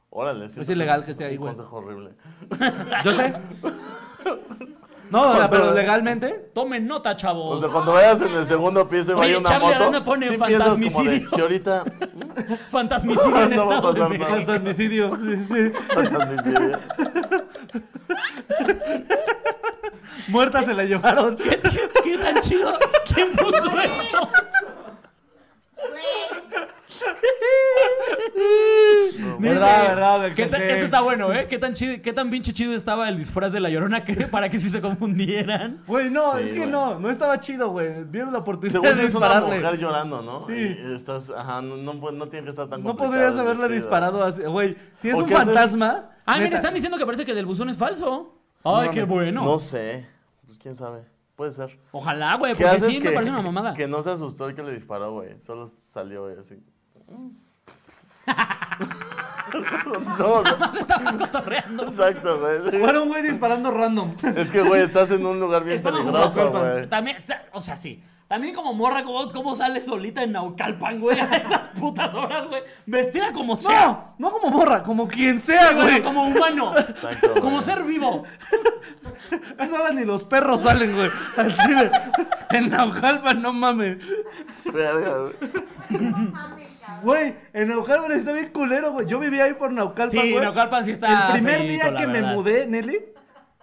Órale, siento
ilegal
es
pues que esté ahí,
un
güey.
consejo horrible.
Yo sé. No, o sea, pero legalmente.
Tomen
O
nota,
sea,
chavos.
Pues cuando vayas en el segundo piso y
Oye,
vaya una
Charlie Aranda
moto,
pone
sí piensas como de,
fantasmicidio.
si ahorita...
Fantasmicidio en
No va a
estado de
pasar nada.
México.
Transmisidio.
fantasmicidio.
Muerta se la llevaron.
¿Qué tan chido? ¿Quién puso eso?
Güey,
Verdad, verdad, del
¿Qué tan,
café.
esto está bueno, ¿eh? ¿Qué tan, chido, ¿Qué tan pinche chido estaba el disfraz de la llorona que- para que sí se confundieran?
Güey, no,
Sí,
es que
güey.
no, no estaba chido, güey. Vieron la oportunidad
Según
de
es una
dispararle.
mujer llorando, ¿no?
Sí.
Y estás, ajá, no, no, pu- no tiene que estar tan
No
complicado
podrías
el
haberle
vestido.
disparado así, güey. Si es
¿O
un
qué haces?
fantasma.
Ah, mira,
neta,
están diciendo que parece que el del buzón es falso. Ay,
No,
qué
no.
bueno.
No sé, pues quién sabe, puede ser.
Ojalá, güey,
¿Qué
porque
haces
sí me parece una mamada.
que no se asustó el que le disparó, güey? Solo salió, güey, así. no, o sea,
Estaba cotorreando.
exacto, güey.
Fuera un güey disparando random.
Es que, güey, estás en un lugar bien
Estaba
peligroso,
jugando al
güey.
También, o sea, o sea, sí. También como morra, ¿cómo, cómo sale solita en Naucalpan, güey? A esas putas horas, güey. Vestida como sea.
No, no como morra, como quien sea,
Sí, bueno,
güey.
como humano.
Exacto, güey.
como ser vivo.
A esa hora ni los perros salen, güey. Al chile. En Naucalpan, no mames.
Verga, güey.
no mames, cabrón.
Güey, en Naucalpan está bien culero, güey. Yo vivía ahí por Naucalpan,
Sí,
güey.
Naucalpan sí está
El primer
feíto,
día
la
que me
verdad.
mudé, Nelly,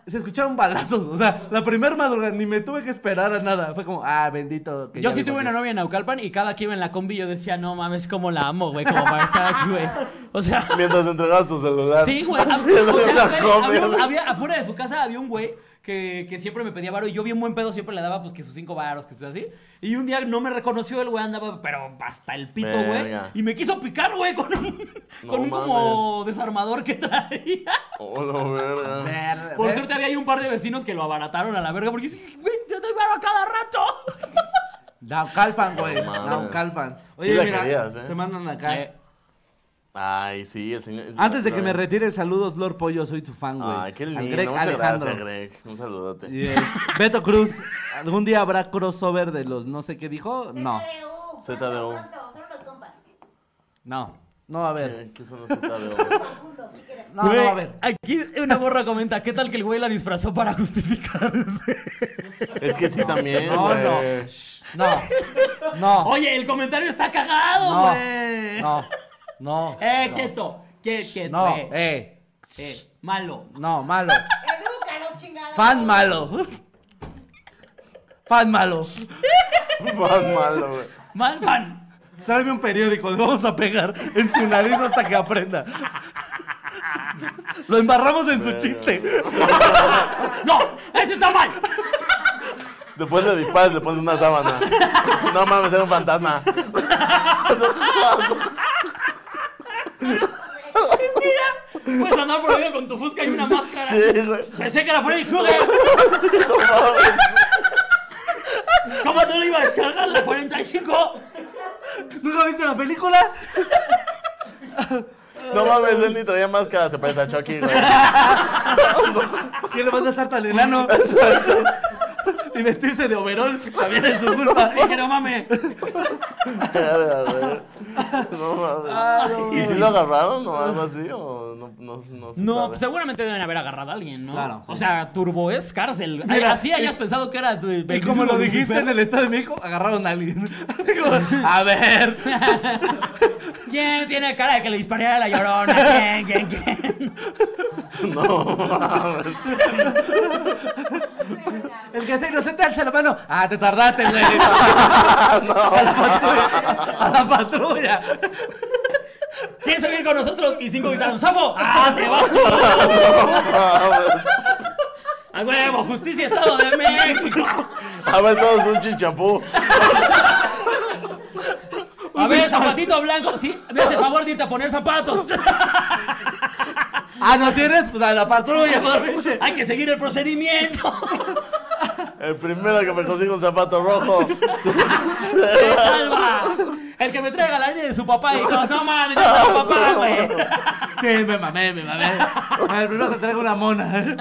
se escucharon balazos. O sea, la primera madrugada ni me tuve que esperar a nada. Fue como, ah, bendito. Que
Yo
ya
sí
vivo
tuve
aquí.
una novia en Naucalpan y cada que iba en la combi yo decía, no mames, cómo la amo, güey, como para estar aquí, güey. O sea,
Mientras entregabas tu celular.
sí, güey.
Así
hab-
en
O sea,
la
güey,
combi,
había, un-
güey.
había- afuera de su casa había un güey que, que siempre me pedía varo y yo bien buen pedo siempre le daba pues que sus cinco varos, que sus así. Y un día no me reconoció, el güey andaba, pero hasta el pito, güey.
Verga.
Y me quiso picar, güey, con un,
No
con un como desarmador que traía.
Oh, no, verga.
Ver-
Por
ver-
suerte había ahí un par de vecinos que lo abarataron a la verga porque dije, güey, te doy varo a cada rato.
Naucalpan, güey.
No mames.
Naucalpan.
Sí la querías, ¿eh?
te mandan acá.
Eh,
Ay, sí, el señor.
Antes de que me retire, saludos, Lord Pollo, soy tu fan, güey.
Ay, qué
Al
lindo.
Greg
Muchas
Alejandro.
gracias, Greg. Un saludote.
Y el Beto Cruz, ¿algún día habrá crossover de los no sé qué dijo? No,
ZDU.
ZDU.
Pronto, pronto, son unos compas.
no.
no va a haber.
¿Qué, Eh, qué son los ZDU?
Conjuntos, sí que
No, Ah, no
Güey,
va a haber.
Aquí una borra comenta, ¿qué tal que el güey la disfrazó para justificarse?
Es que sí pues. también,
No,
güey.
no. No, no,
Oye, el comentario está cagado,
No,
güey.
no, no.
eh,
no,
quieto. Quie- quieto,
No,
eh.
eh,
Eh, malo.
no, malo.
Edúcalos, chingados.
Fan malo. Fan malo.
Más malo, güey.
Mal fan.
Tráeme un periódico, le vamos a pegar en su nariz hasta que aprenda. Lo embarramos en su chiste.
No, ese está mal.
Después le disparas, le pones una sábana. No mames, era un fantasma.
Es que ya puedes andar por ahí con tu fusca y una máscara.
Sí, güey.
Pensé que era Freddy Krueger. ¿Cómo tú lo ibas a descargar la 45?
¿Nunca viste la película?
No mames, él ni traía máscara, se parece a Chucky, güey.
¿Qué le vas a estar tan enano? y vestirse de overol también es su culpa.
Dije, no mames.
No
Ah,
mames. ¿Y si lo agarraron o algo así? ¿O no, no, no se
No,
sabe?
seguramente deben haber agarrado a alguien, ¿no?
Claro,
O
sí.
sea, Turbo es cárcel. Ay,
Mira,
así hayas pensado que era. de-
Y como lo
de
dijiste en
Lucifer.
el Estado de México, agarraron a alguien. Como, a ver.
¿Quién tiene cara de que le disparé a la llorona? ¿Quién, quién, quién? pues,
No mames.
El que sea inocente alza la mano. Ah, te tardaste, güey. A la patrulla.
¿Quieres subir con nosotros? Y cinco gritaron: ¡Safo! ¡Ah, te vas! ¡A huevo! ¡Justicia, Estado de México!
A ver, todos un chichapú.
A ver, zapatito blanco. Sí, me haces favor de irte a poner zapatos.
Ah, ¿no tienes? Pues a la patrulla, por pinche.
Hay que seguir el procedimiento.
El primero que me consigue un zapato rojo.
¡Se salva! El que me traiga la línea de su papá y todos, no mames, no es tu papá, güey.
Sí, me mamé, me mamé. A ver, primero te traigo una mona.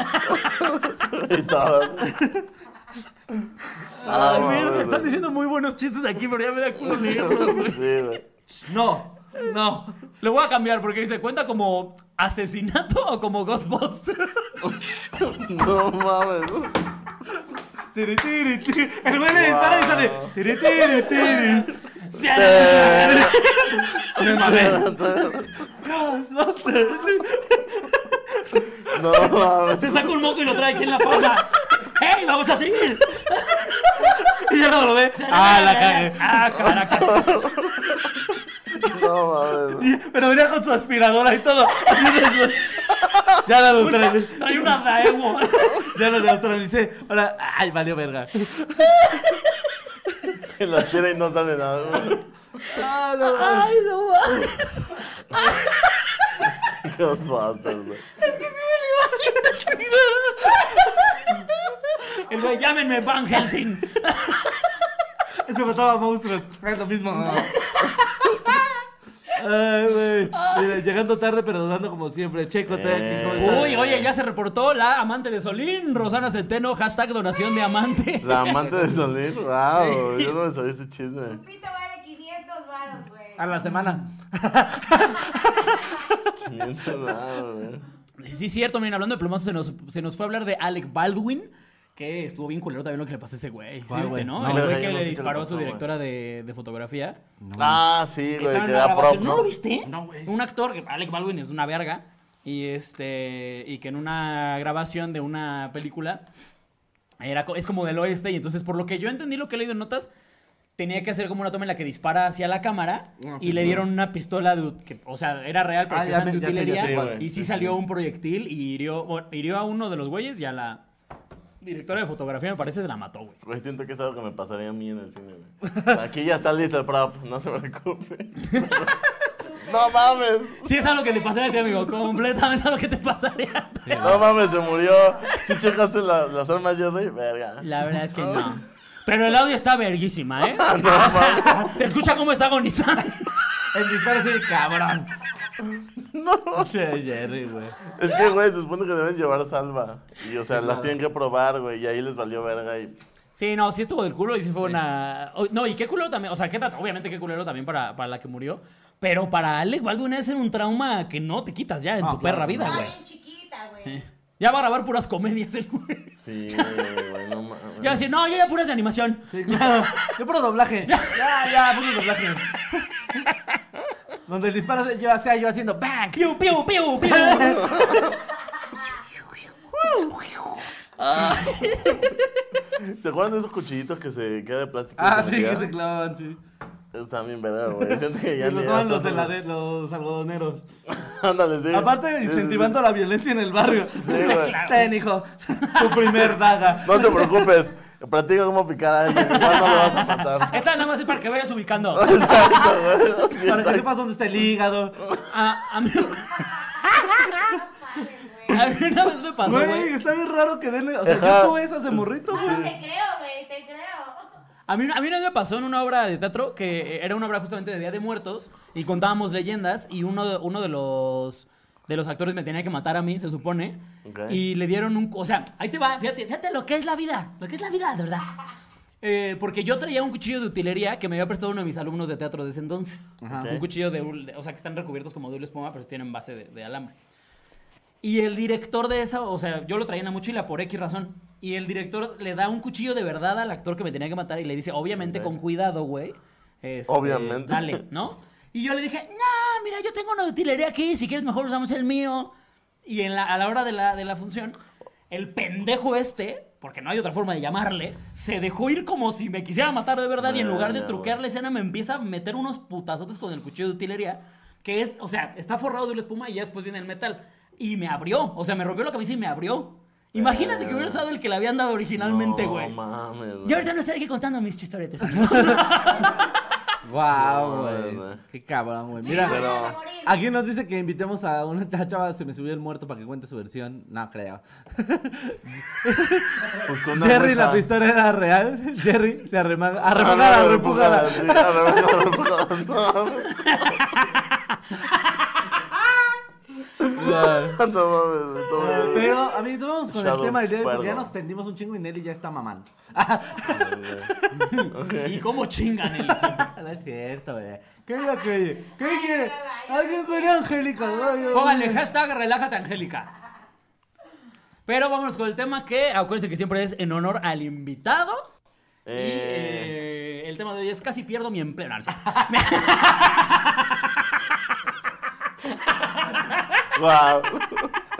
Y todo.
Ay,
No,
mierda,
mames,
están
güey.
diciendo muy buenos chistes aquí, pero ya me da culo leerlos, güey.
Sí, güey.
No, no.
Lo voy a cambiar porque dice, ¿cuenta como asesinato o como Ghostbuster?
No mames.
Tiri, tiri, tiri. El güey le dispara y sale. Tiri, tiri, tiri.
Sí, a la-
Me mamé. Ghostbusters.
No mames.
Se saca un moco y lo trae aquí en la panza. ¡Hey, vamos a seguir!
Y ya no lo ve. Ah, la cagué.
¡Ah, caracas!
No mames.
Y- Pero venía con su aspiradora y todo. Ya la neutralicé.
Trae una Daewoo.
Ya la neutralicé. Ahora, ay, valió verga.
Y la tira y no sale nada. güey.
Ah, no, no.
¡Ay, no mames!
Ghostbusters, güey.
El güey, llámenme Van Helsing.
Es que mataba monstruos. Es lo mismo. Ay, güey. Mira, Llegando tarde, pero dando como siempre.
Eh.
Checo, te aquí. ¿cómo estás?
Uy, oye, ya se reportó la amante de Solín, Rosana Centeno, hashtag donación de amante.
La amante de Solín. Wow, yo no me sabía este chisme.
Lupita vale 500 varos, güey.
A la semana.
500 nada, güey.
Sí, es cierto, miren, hablando de plomazos, se nos, se nos fue a hablar de Alec Baldwin, que estuvo bien culero también lo que le pasó a ese güey. ¿Sí
¿Cuál
viste,
güey?
no?
No,
El
güey,
güey
yo
que
no sé
le
qué le
disparó a su
pasó, güey.
directora de, de fotografía.
Ah, sí,
Estaba
güey,
en
que
una
era prop,
grabación.
¿no?
¿No lo viste?
No, güey.
Un actor, que Alec Baldwin es una verga, y este y que en una grabación de una película era, co- es como del oeste, y entonces por lo que yo entendí lo que he leído en notas, tenía que hacer como una toma en la que dispara hacia la cámara
Ah,
y
sí,
le
claro.
dieron una pistola, de, ut- que, o sea, era real, pero
Ah,
que
ya
usan de
me- ya sé, ya
utilería,
sé, güey.
y sí
Sí,
salió un proyectil y hirió, bueno, hirió a uno de los güeyes y a la directora de fotografía, me parece, se la mató, güey.
Güey, siento que es algo que me pasaría a mí en el cine, güey. Aquí ya está listo el prop, no se preocupe. No mames.
Sí, es algo que le pasaría a ti, amigo, completamente es algo que te pasaría a ti.
No mames, se murió. Si checaste la- las armas, Jerry, verga.
La verdad es que no. Pero el audio está verguísima, ¿eh? o sea, se escucha cómo está agonizando.
El disparo sí, cabrón. No. Che, Jerry, güey.
Es que, güey, se supone que deben llevar salva. Y, o sea, las tienen que probar, güey. Y ahí les valió verga. Y
Sí, no, sí estuvo del culo y sí fue una... o- No, y qué culero también, o sea, qué tanto- obviamente qué culero también para, para la que murió. Pero para Alec Baldwin es un trauma que no te quitas ya en
No,
tu
claro.
perra vida,
Estaba
güey.
bien chiquita, güey.
Sí. Ya va a grabar puras comedias el güey.
sí, güey, no mames.
Ya va a decir, no, yo ya puras de animación.
Sí, claro. Yo puro doblaje. Ya, ya, puro doblaje. Donde el disparo se- yo, sea yo haciendo bang.
Ah, Piu, piu, piu, piu.
¿Se acuerdan de esos cuchillitos que se queda de plástico?
Ah,
se
sí, que
queda?
se clavaban, sí.
Están bien verga, güey. Siento que
Y
ya
los
ni-
usaban
hasta
los,
se-
helade- los algodoneros.
Ándale, sí.
Aparte,
Sí, sí,
incentivando la violencia en el barrio.
güey.
Ten, hijo, tu primer daga.
sí. No te preocupes. Practica cómo picar a alguien. Igual no lo vas a matar.
Esta nada más es para que vayas ubicando.
Exacto, güey. Sí,
Para que
exacto.
sepas dónde está el hígado.
A, a mí,
No mames, güey.
a mí una vez me pasó, güey.
Güey, está bien raro que denle. O sea,
Ajá.
yo tuve esas de morrito,
No,
güey.
te creo, güey, te creo.
A mí, a mí una vez me pasó en una obra de teatro que eh, era una obra justamente de Día de Muertos y contábamos leyendas y uno de, uno de los de los actores me tenía que matar a mí, se supone.
Ok.
Y le dieron un... O sea, ahí te va, fíjate, fíjate lo que es la vida, lo que es la vida, de verdad. Eh, porque yo traía un cuchillo de utilería que me había prestado uno de mis alumnos de teatro desde entonces.
Ok.
Un cuchillo de, hule- O sea, que están recubiertos como de hule espuma, pero tienen base de, de alambre. Y el director de esa... O sea, yo lo traía en la mochila por X razón. Y el director le da un cuchillo de verdad al actor que me tenía que matar y le dice, obviamente,
Ok.
con cuidado, güey. Este,
Obviamente.
Dale, ¿no? Y yo le dije, no, mira, yo tengo una utilería aquí, si quieres mejor usamos el mío. Y en la- a la hora de la, de la función, el pendejo este, porque no hay otra forma de llamarle, se dejó ir como si me quisiera matar de verdad y en lugar de
Verga, güey.
truquear la escena me empieza a meter unos putazotes con el cuchillo de utilería, que es, o sea, está forrado de una espuma y ya después viene el metal. Y me abrió, o sea, me rompió la cabeza y me abrió. Imagínate que hubiera usado el que le habían dado originalmente, güey.
No mames, güey.
Yo ahorita no estaré aquí contando mis chistoretes.
No,
Guau,
güey.
güey. Qué cabrón, güey.
Sí,
Mira,
no,
pero-
no, no, morir.
aquí nos dice que invitemos a una chava, se me subió el muerto para que cuente su versión. No creo.
Pues con una
Jerry, la
ouija.
pistola era real. Jerry se arremanga.
Ah,
Arremangala,
no,
repújala.
sí, arremangala, repújala. No, no mames, no mames.
Pero, a mí, vamos con
Shadow
el tema del día de hoy, porque ya
Cuervo.
nos tendimos un chingo y Nelly ya está mamando.
¿Y cómo chingan, Eli?
no es cierto, güey. ¿Qué es lo que oye? ¿Qué
Ay,
quiere?
no, ay,
Alguien
no.
con Angélica. Ay, ay,
Pónganle
ay.
hashtag relájate Angélica. Pero vámonos con el tema que acuérdense que siempre es en honor al invitado.
Eh,
Y eh, el tema de hoy es casi pierdo mi empleo. No, no es cierto.
eh,
guau.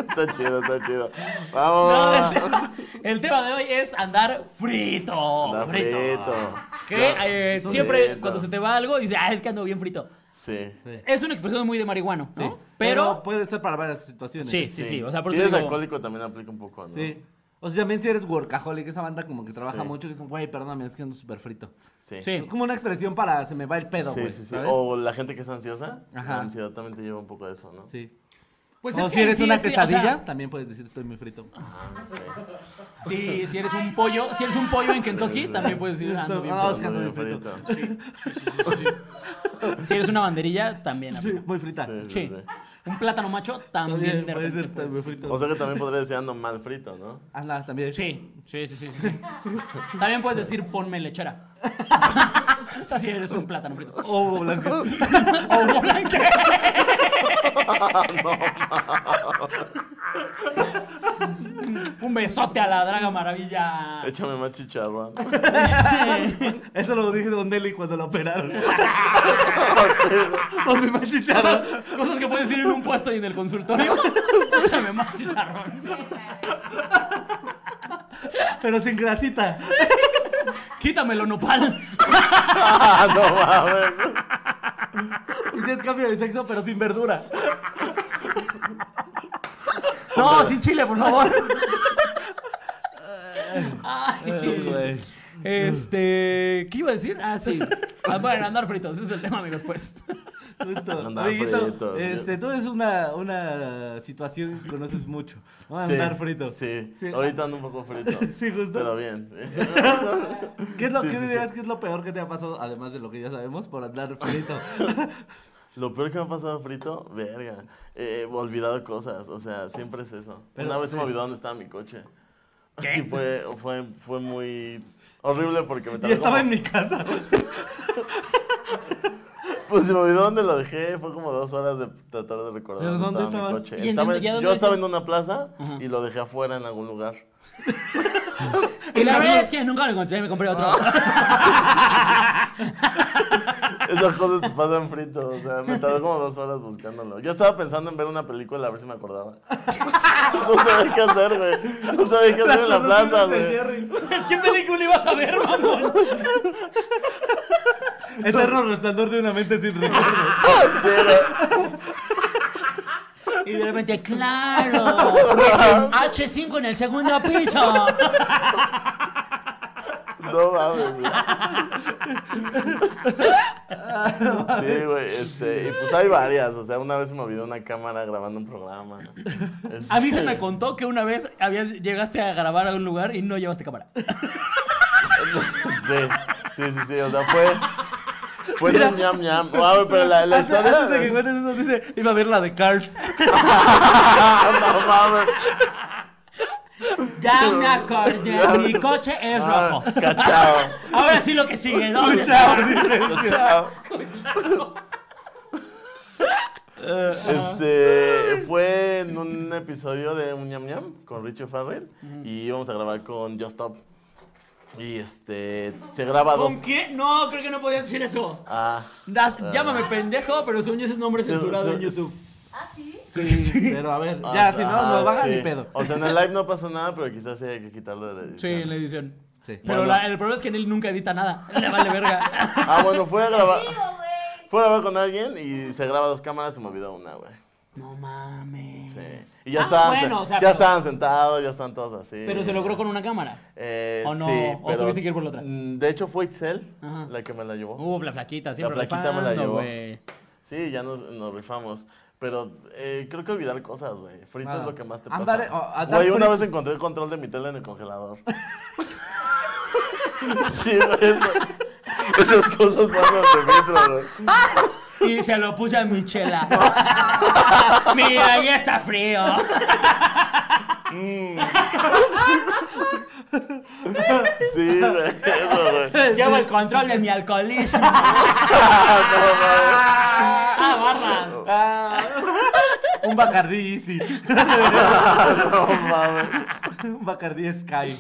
Está chido, está chido.
No, el,
Vamos.
tema, el tema de hoy es andar frito.
Andar
frito.
frito.
Que eh,
Frito.
siempre cuando se te va algo dices, ah, es que ando bien frito.
Sí.
Es una expresión muy de marihuano, ¿no?
Sí,
Pero,
puede ser para varias situaciones.
Sí, sí, sí. O sea, por
si
eso
eres
digo-
alcohólico también aplica un poco, ¿no?
Sí. O sea, también si eres workaholic, esa banda como que trabaja
Sí.
mucho, que dicen, güey, perdóname, es que ando súper frito.
Sí.
Sí.
Es como una expresión para se me va el pedo,
Sí,
güey.
sí, sí.
¿sabes?
O la gente que es ansiosa, la
Ajá.
ansiedad también te lleva un poco de eso, ¿no?
Sí.
pues
o
es
si
que
eres
sí,
una
sí, o sea,
quesadilla, también puedes decir estoy muy frito.
Ah, sí.
sí, si eres un pollo, si eres un pollo en Kentucky, también puedes decir, ando bien
Ah,
frito.
es que ando
Ando
bien
bien
frito.
frito.
Si eres una banderilla, también.
Sí,
aplica.
muy frita.
Sí, sí,
Sí.
sí.
Un plátano macho también
También
de
puede
repente
ser estoy muy
puedes.
frito.
O sea que también podría decir ando mal frito, ¿no?
Hazla también.
Sí, sí, sí, sí, sí, sí. También puedes decir ponme lechera. si eres un plátano frito.
O Oh, blanco.
O blanque. un besote a la draga maravilla.
Échame más chicharrón.
Eso lo dije Don Nelly cuando lo operaron. Donde más chicharros.
Cosas, cosas que puedes decir en un puesto y en el consultorio. Échame más chicharrón.
Pero sin grasita.
Quítamelo nopal.
Ah, no mames.
Dices cambio de sexo, pero sin verdura.
No, sin chile, por favor. Ay. Este, ¿qué iba a decir? Ah, sí. Ah, bueno, andar fritos, ese es el tema, amigos, pues.
Justo.
Andar
Amiguito,
frito.
este, tú es una, una situación que conoces mucho. ¿no? Andar frito.
Sí. Ahorita ando un poco frito.
Sí, justo.
Pero bien. sí.
¿Qué es lo
Sí,
qué
sí,
dirías
sí.
que es lo peor que te ha pasado, además de lo que ya sabemos, por andar frito?
Lo peor que me ha pasado frito, verga. Eh, he olvidado cosas, o sea, siempre es eso.
Pero-
Una vez se me olvidó dónde estaba mi coche. Y fue, fue, fue muy horrible porque me
y
tardé
estaba
como-
en mi casa.
Pues se me olvidó dónde lo dejé, fue como dos horas de tratar de recordar
¿Pero
dónde,
dónde
estaba mi coche.
estabas?
¿Y en
Estaba
dónde-
en-
ya dónde
yo estaba en
decías?
una plaza y lo dejé afuera en algún lugar.
Y la verdad es Ah. que nunca lo encontré, me compré otro.
Esas cosas te pasan frito, o sea, me tardé como dos horas buscándolo. Yo estaba pensando en ver una película a ver si me acordaba. No sabía qué hacer, güey. No sabía qué hacer en la
Las
plaza,
soluciones de
güey.
Jerry.
Es que película ibas a ver, mamón.
Eterno resplandor de una mente sin recuerdo.
Sí, güey.
Y de repente, claro. H5 en el segundo piso.
No mames, güey. Sí, güey, este, y pues hay varias, o sea, una vez se me olvidó una cámara grabando un programa.
A mí se
Este-
me contó que una vez habías, llegaste a grabar a un lugar y no llevaste cámara.
Sí, sí, sí, sí, o sea, fue, Fue en un ñam ñam. Ah, güey, pero la, la
Antes,
historia.
antes de que cuentes eso, dice, iba a ver la de Cars.
no mames.
Ya me acordé. Mi coche es
Ah,
rojo.
Cachao.
Ahora sí lo que sigue. ¿Dónde está?
Chao, dice.
Cachao.
Cuchao.
Este fue en un episodio de Un ñam ñam con Richie Farrell y íbamos a grabar con Just Stop. Y este se graba dos.
¿Con qué? No, creo que no podías decir eso.
Ah.
Das- llámame pendejo, pero según yo ese es nombre censurado en
sí.
YouTube.
¿Ah, sí?
Sí, pero a ver,
Ah,
ya, si no,
ajá,
lo bajan
sí.
ni pedo.
O sea, en el live no pasa nada, pero quizás sí hay que quitarlo de la edición.
Sí, en la edición.
Sí.
Pero
Bueno.
la- el problema es que él nunca edita nada. Le vale verga.
Ah, bueno, fue a grabar.
Digo, güey.
Fue a grabar con alguien y se graba dos cámaras, se me olvidó una, güey.
No mames.
Sí. Y ya
Ah,
estaban,
bueno, o sea,
ya
pero-
estaban sentados, ya están todos así.
Pero se logró con una cámara.
Eh,
¿O no?
sí,
¿O tuviste que ir por la otra?
Mm, De hecho, fue Itzel
Ajá.
la que me la llevó.
Uf, la flaquita, siempre
La flaquita me la
rifando,
llevó.
güey.
Sí, ya nos, nos rifamos. Pero eh, creo que olvidar cosas, güey. Frito
Nada.
es lo que más te pasa.
Andar- o- andar
Güey, una
frito.
vez encontré el control de mi tele en el congelador. sí, güey. eso- Esas cosas pasan de Frito, güey.
Y se lo puse a Michela. Mira, ya está frío.
Sí, güey. Eso, güey.
Llevo el control de mi alcoholismo. Ah, barra.
Ah, Un Bacardí Easy.
No mames.
Un Bacardí Sky.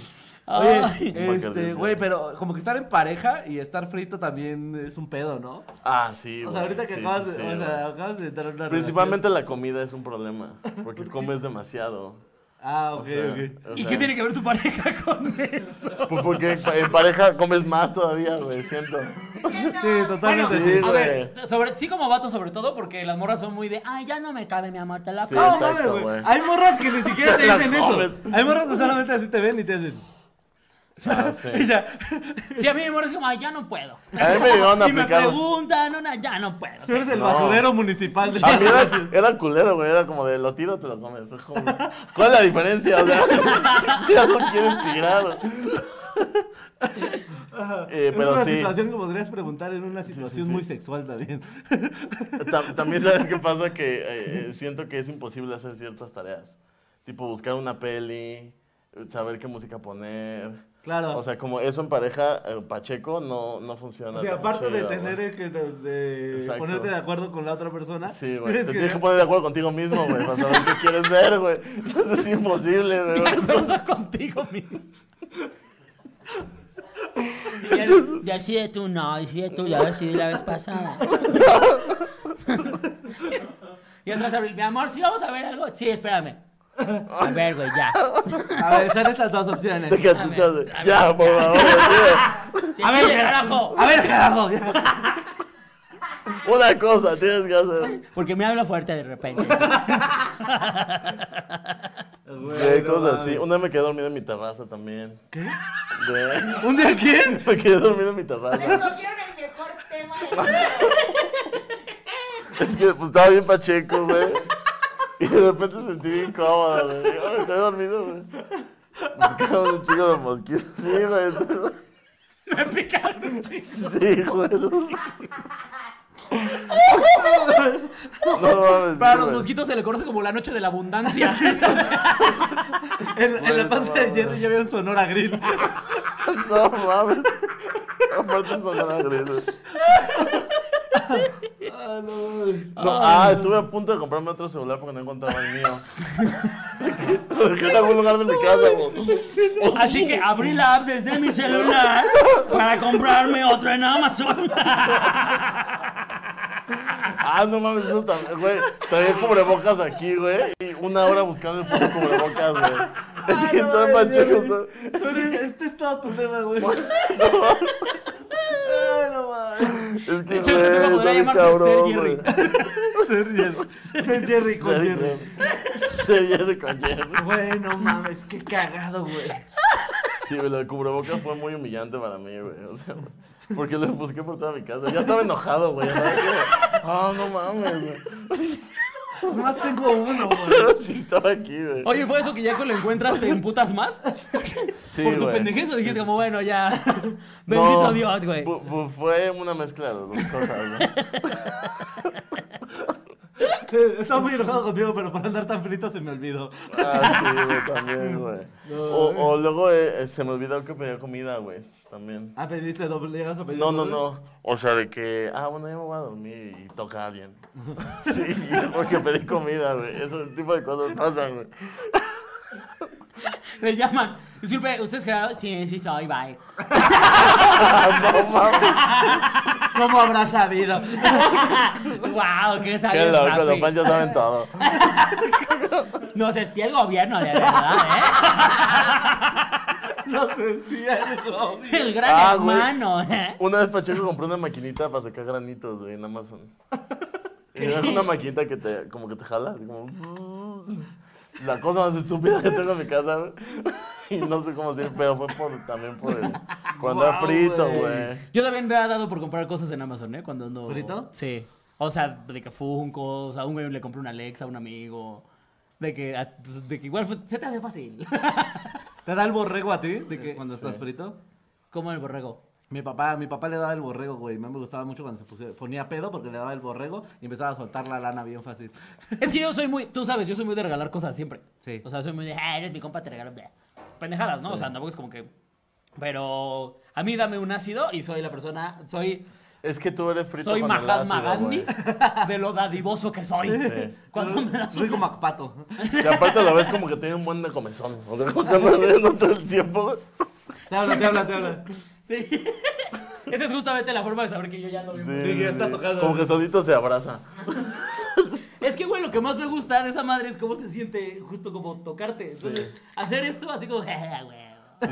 Ay.
Un
Oye,
Bacardí,
este, güey, pero como que estar en pareja y estar frito también es un pedo, ¿no?
Ah, sí, güey.
O sea, ahorita que
sí,
acabas,
sí, sí,
de, o
güey.
sea, acabas de entrar en una
Principalmente la comida es un problema. Porque comes demasiado.
relación. Ah,
O
ok,
sea,
ok.
o
¿Y
sea,
qué tiene que ver tu pareja con eso?
Pues porque en pa- en pareja comes más todavía, güey. Siento.
Sí,
Bueno,
totalmente.
sí,
a
güey.
ver, sobre, sí como vato sobre todo, porque las morras son muy de, ay, ya no me cabe, mi amor, te la
Sí,
como".
No, mames,
exacto,
Ah, güey.
güey.
Hay morras que ni siquiera te
Te la
dicen eso.
comes.
Hay morras que solamente así te ven y te hacen.
Ah, sí.
Y ya.
Sí, a mí mi morra es como, ay, ya no puedo.
A mí me llegaron a
y me
aplicar-
preguntan, una, ya no puedo.
Tú eres el
No.
basurero municipal. De
A mí era, era culero, güey. Era como de lo tiro, te lo comes. Es como, ¿Cuál es la diferencia? O sea, ya no quieres tirar. Eh,
Es
pero
una
sí,
situación que podrías preguntar en una situación muy sexual también.
tam- también sabes qué pasa que eh, eh, siento que es imposible hacer ciertas tareas. Tipo buscar una peli, saber qué música poner.
Claro.
O sea, como eso en pareja, eh, Pacheco, no, no funciona.
O sea,
tan
aparte de
chido,
tener
güey.
que de, de
Exacto.
ponerte de acuerdo con la otra persona,
Sí, güey. Te
tienes
tienes que poner de acuerdo contigo mismo, güey, para saber qué quieres ver, güey. Eso es imposible,
De
güey.
acuerdo contigo mismo. Y él, Decide tú, no, decide tú, ya decidí la vez pasada. y atrás Abril, mi amor, si vamos a ver algo? Sí, espérame. A ver, güey, ya.
A ver, están estas dos opciones.
Te quedas
A ver,
así,
a ver.
Ya, por favor, güey.
A ver, carajo.
A ver, carajo. ya.
Una cosa tienes que hacer.
Porque me habla fuerte de repente.
Güey,
Güey,
no
cosas
mames.
así. Una vez me quedé dormido en mi terraza también. ¿Qué?
¿Un día quién?
Me quedé dormido en mi terraza.
Escogieron el mejor tema de la
Es que pues, estaba bien Pacheco, güey. Y de repente sentí bien cómoda, güey. Ay, me quedé dormido, güey. Me cago en un chico de mosquitos. Sí, güey.
me picaron un chingo.
Sí, güey. No mames.
Para
sí,
los
güey.
mosquitos se le conoce como la noche de la abundancia.
En, en la
Güey,
panza
no
de
mames.
Jerry ya había un Sonora Grill.
No mames. Aparte son agresivos.
Ah, no, mames.
No, ah, estuve a punto de comprarme otro celular porque no encontraba el mío. Lo dejé en algún lugar de mi casa, güey.
Así que abrí la app desde mi celular para comprarme otro en Amazon.
Ah, no mames, eso también, güey. Traía cubrebocas aquí, güey. Y una hora buscando el puto cubrebocas, güey. Es que
Ah, no
todo
mames,
macheco.
Jerry.
todo-
Tú eres- Este es todo tu tema, güey. Ay, no mames.
Es que,
De hecho, este tema
güey,
podría
está bien
llamarse
cabrón,
Ser Jerry.
güey.
Ser Jerry. Ser Jerry con
Ser
Jerry.
Jerry. Ser Jerry con Jerry.
Güey, no mames, qué cagado, güey.
Sí, güey, lo de cubrebocas fue muy humillante para mí, güey. O sea, güey, porque lo busqué por toda mi casa. Ya estaba enojado, güey. ¿sabes? Como, Ah, no mames, güey.
Nomás tengo uno, güey.
Sí, estaba aquí, güey.
Oye, ¿fue eso que ya que lo encuentras te imputas más?
Sí,
¿Por tu
güey.
pendejez o dijiste como, bueno, ya,
No,
bendito Dios, güey?
fu- fu- Fue una mezcla de las dos cosas, ¿no?
Eh, Estaba muy enojado contigo, pero para andar tan frito se me olvidó.
Ah, sí, güey, también, güey. O, o luego eh, eh, se me olvidó que pedía comida, güey, también.
Ah, pediste doble, llegas a pedir
No, no,
doble?
no. O sea, de que, ah, bueno, ya me voy a dormir y toca a alguien. Sí, porque pedí comida, güey. Ese tipo de cosas pasan, güey.
Le llaman. Disculpe, ¿usted es Gerardo? Sí, sí, soy, bye.
No mames.
¿Cómo habrás sabido?
wow, qué
Qué
sabio,
loco, los
papi.
panchos saben todo.
Nos espía el gobierno, de verdad, ¿eh?
Lo sentía, no.
¿eh? El gran
Ah, güey.
hermano, ¿eh?
Una vez Pacheco compró una maquinita para sacar granitos, güey, en Amazon. Y es una maquinita que te, como que te jala, así como... La cosa más estúpida que tengo en mi casa, güey. Y no sé cómo decir, pero fue por, también por el... Cuando era
Guau,
frito,
güey.
güey.
Yo también me ha dado por comprar cosas en Amazon, ¿eh? Cuando ando...
¿Frito?
Sí. O sea, de que Funko, o sea, un güey le compré una Alexa a un amigo. De que, ah, pues, de que igual fue- se te hace fácil.
¿Te da el borrego a ti
¿De qué?
cuando estás frito?
Como el borrego.
Mi papá, mi papá le daba el borrego, güey. Me gustaba mucho cuando se pusiera- ponía pedo porque le daba el borrego y empezaba a soltar la lana bien fácil.
Es que yo soy muy, tú sabes, yo soy muy de regalar cosas siempre.
Sí.
O sea, soy muy de, "Ah, eres mi compa, te regalo. bla". Pendejadas, ¿no? O sea, tampoco es como que. Pero a mí dame un ácido y soy la persona, soy,
Es que tú eres frito
soy
con el
Mahatma
ácido,
Gandhi
güey.
de lo dadivoso que soy.
Sí.
Cuando me das un-
Rico Macpato.
Y aparte la ves como que tiene un buen de comezón. O sea, como que andas viendo todo el tiempo, güey.
Te habla, te habla, te habla.
Sí. Esa es justamente la forma de saber que yo ya ando bien.
Sí, ya está tocando.
Como que solito se abraza.
Es que, güey, lo que más me gusta de esa madre es cómo se siente justo como tocarte. Entonces, hacer esto así como, "Ah, güey.
Está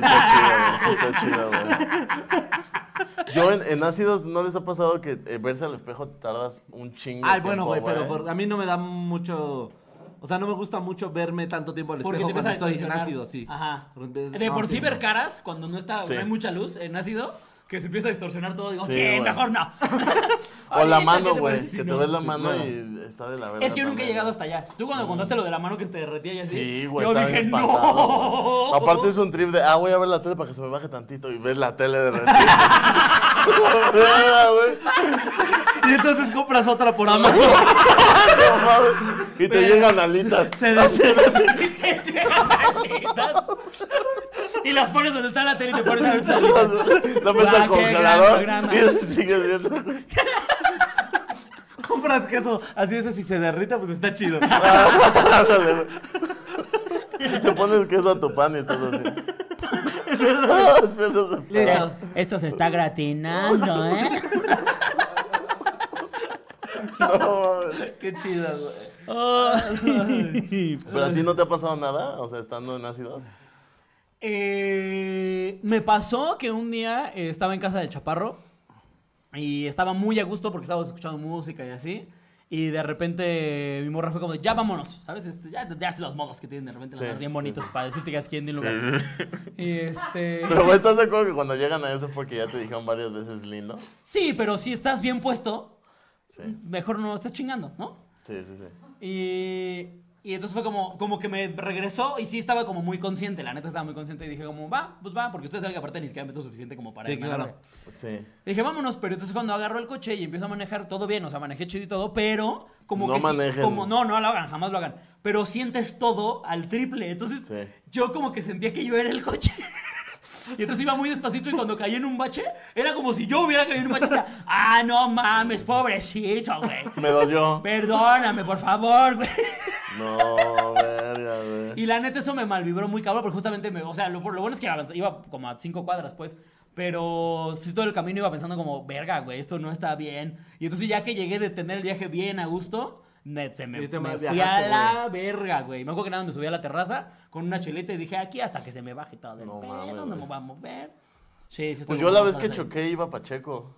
chido, güey, está chido, güey. Yo en, en ácidos no les ha pasado que eh, verse al espejo tardas un chingo.
Ay,
de
bueno,
tiempo,
güey, pero por- a mí no me da mucho. O sea, no me gusta mucho verme tanto tiempo al
Porque
espejo
te empieza
cuando
a
estoy en
distorsionar.
ácido, sí.
Ajá.
Entonces,
De
no,
por sí ver
no.
caras cuando no está
Sí.
no hay mucha luz en ácido, que se empieza a distorsionar todo. Digo, sí,
Sí, güey.
mejor no.
O la
Ahorita, ¿qué
mano,
te
güey.
parece si
Que te
no?
ves la
Sí,
mano
claro.
y está de la verga.
Es que yo nunca he
también,
llegado
güey.
hasta allá. Tú cuando contaste lo de la mano que se te derretía y así.
Sí, güey,
Yo
está
dije,
bien espantado,
no.
güey. Aparte es un trip de, ah, voy a ver la tele para que se me baje tantito y ves la tele de repente. Verga, güey.
Y entonces compras otra por Amazon.
No mames. Y te llegan alitas.
Se des-
Te llegan malditas. y las pones donde está la tele y te pones a ver salir.
No me
Guau,
está
qué
congelador.
gran programa.
Y sigues viendo.
compras queso. Así es, si se derrita, pues está chido.
Ándale, güey. Te pones queso a tu pan y estás así. Esperas-
Listo.
Esto se está gratinando, ¿eh?
No, mames.
Qué chido, güey.
Ay.
Pero a ti no te ha pasado nada, o sea, estando en ácidos.
Eh, me pasó que un día eh, estaba en casa del chaparro y estaba muy a gusto porque estábamos escuchando música y así. Y de repente mi morra fue como, de, ya vámonos, ¿sabes? Este, ya, ya sé los modos que tienen de repente,
Sí,
los bien
sí.
bonitos para decirte que es quien de un lugar. Y este...
Pero güey, estás de acuerdo que cuando llegan a eso es porque ya te dijeron varias veces lindo.
Sí, pero si estás bien puesto,
Sí,
mejor no estás chingando, ¿no?
sí, sí. sí.
Y, y entonces fue como, como que me regresó y sí estaba como muy consciente, la neta estaba muy consciente y dije como, va, pues va, porque ustedes saben que aparte ni siquiera me meto suficiente como para
Sí,
irme a la
claro.
verga.
Sí.
Dije, vámonos, pero entonces cuando agarro el coche y empiezo a manejar, todo bien, o sea, manejé chido y todo, pero como
No
que sí,
manejen.
como no, no lo hagan, jamás lo hagan, pero sientes todo al triple, entonces
Sí.
yo como que sentía que yo era el coche. Y entonces iba muy despacito y cuando caí en un bache, era como si yo hubiera caído en un bache. o sea, ah, no mames, pobrecito, güey.
Me dolió.
Perdóname, por favor, güey.
No, verga, güey.
Y la neta, eso me malvibró muy cabrón, porque justamente me. O sea, lo, lo bueno es que avanz- iba como a cinco cuadras, pues. Pero sí, todo el camino iba pensando como, verga, güey, esto no está bien. Y entonces, ya que llegué de tener el viaje bien a gusto, me, se me,
Sí, te
me
mal
fui a
viajaste,
la verga, güey. Me acuerdo que nada, me subí a la terraza con una chileta y dije, aquí hasta que se me baje todo el
No
pedo,
mames,
no
güey.
me voy a mover. Sí, sí, estoy
Pues yo la
como-
vez que choqué iba Pacheco.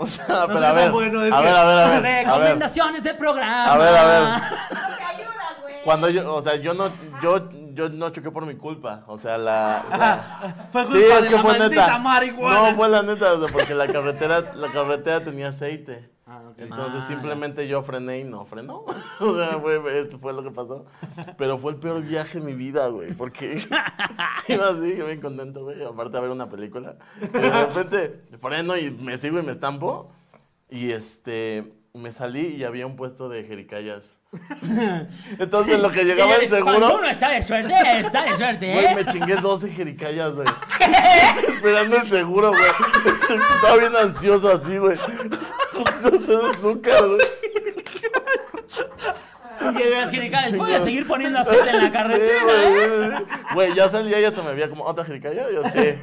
O sea,
No
pero
sea
a
tan
ver.
bueno, es
A
que-
ver, a ver, a ver. A ver.
Recomendaciones de programa.
A ver, a ver.
¿Cómo te ayudas, güey?
Cuando yo, o sea, yo no, yo, yo no choqué por mi culpa, o sea, la... la-
Fue culpa
Sí, es
de
que
la
fue
maldita
neta.
marihuana.
No, fue la neta, o sea, porque la carretera, la carretera tenía aceite.
Ah, ok.
Entonces
Ah,
simplemente yo frené y no frenó. o sea, fue, esto fue lo que pasó. Pero fue el peor viaje de mi vida, güey. Porque iba así, yo bien contento, güey. Aparte a ver una película. Y de repente freno y me sigo y me estampo. Y este, me salí y había un puesto de jericayas. Entonces lo que llegaba el
Cuando
seguro...
uno está de suerte, está de suerte,
Güey,
¿eh?
me chingué 12 jericayas, güey. Esperando el seguro, güey. Estaba bien ansioso así, güey. Todo azúcar, güey.
Y de las jericales, voy a seguir poniendo aceite en la
Sí,
carretera, ¿eh?
güey, sí, sí. Güey, ya salía y hasta me veía como "Ah, otra jericaya, yo sé.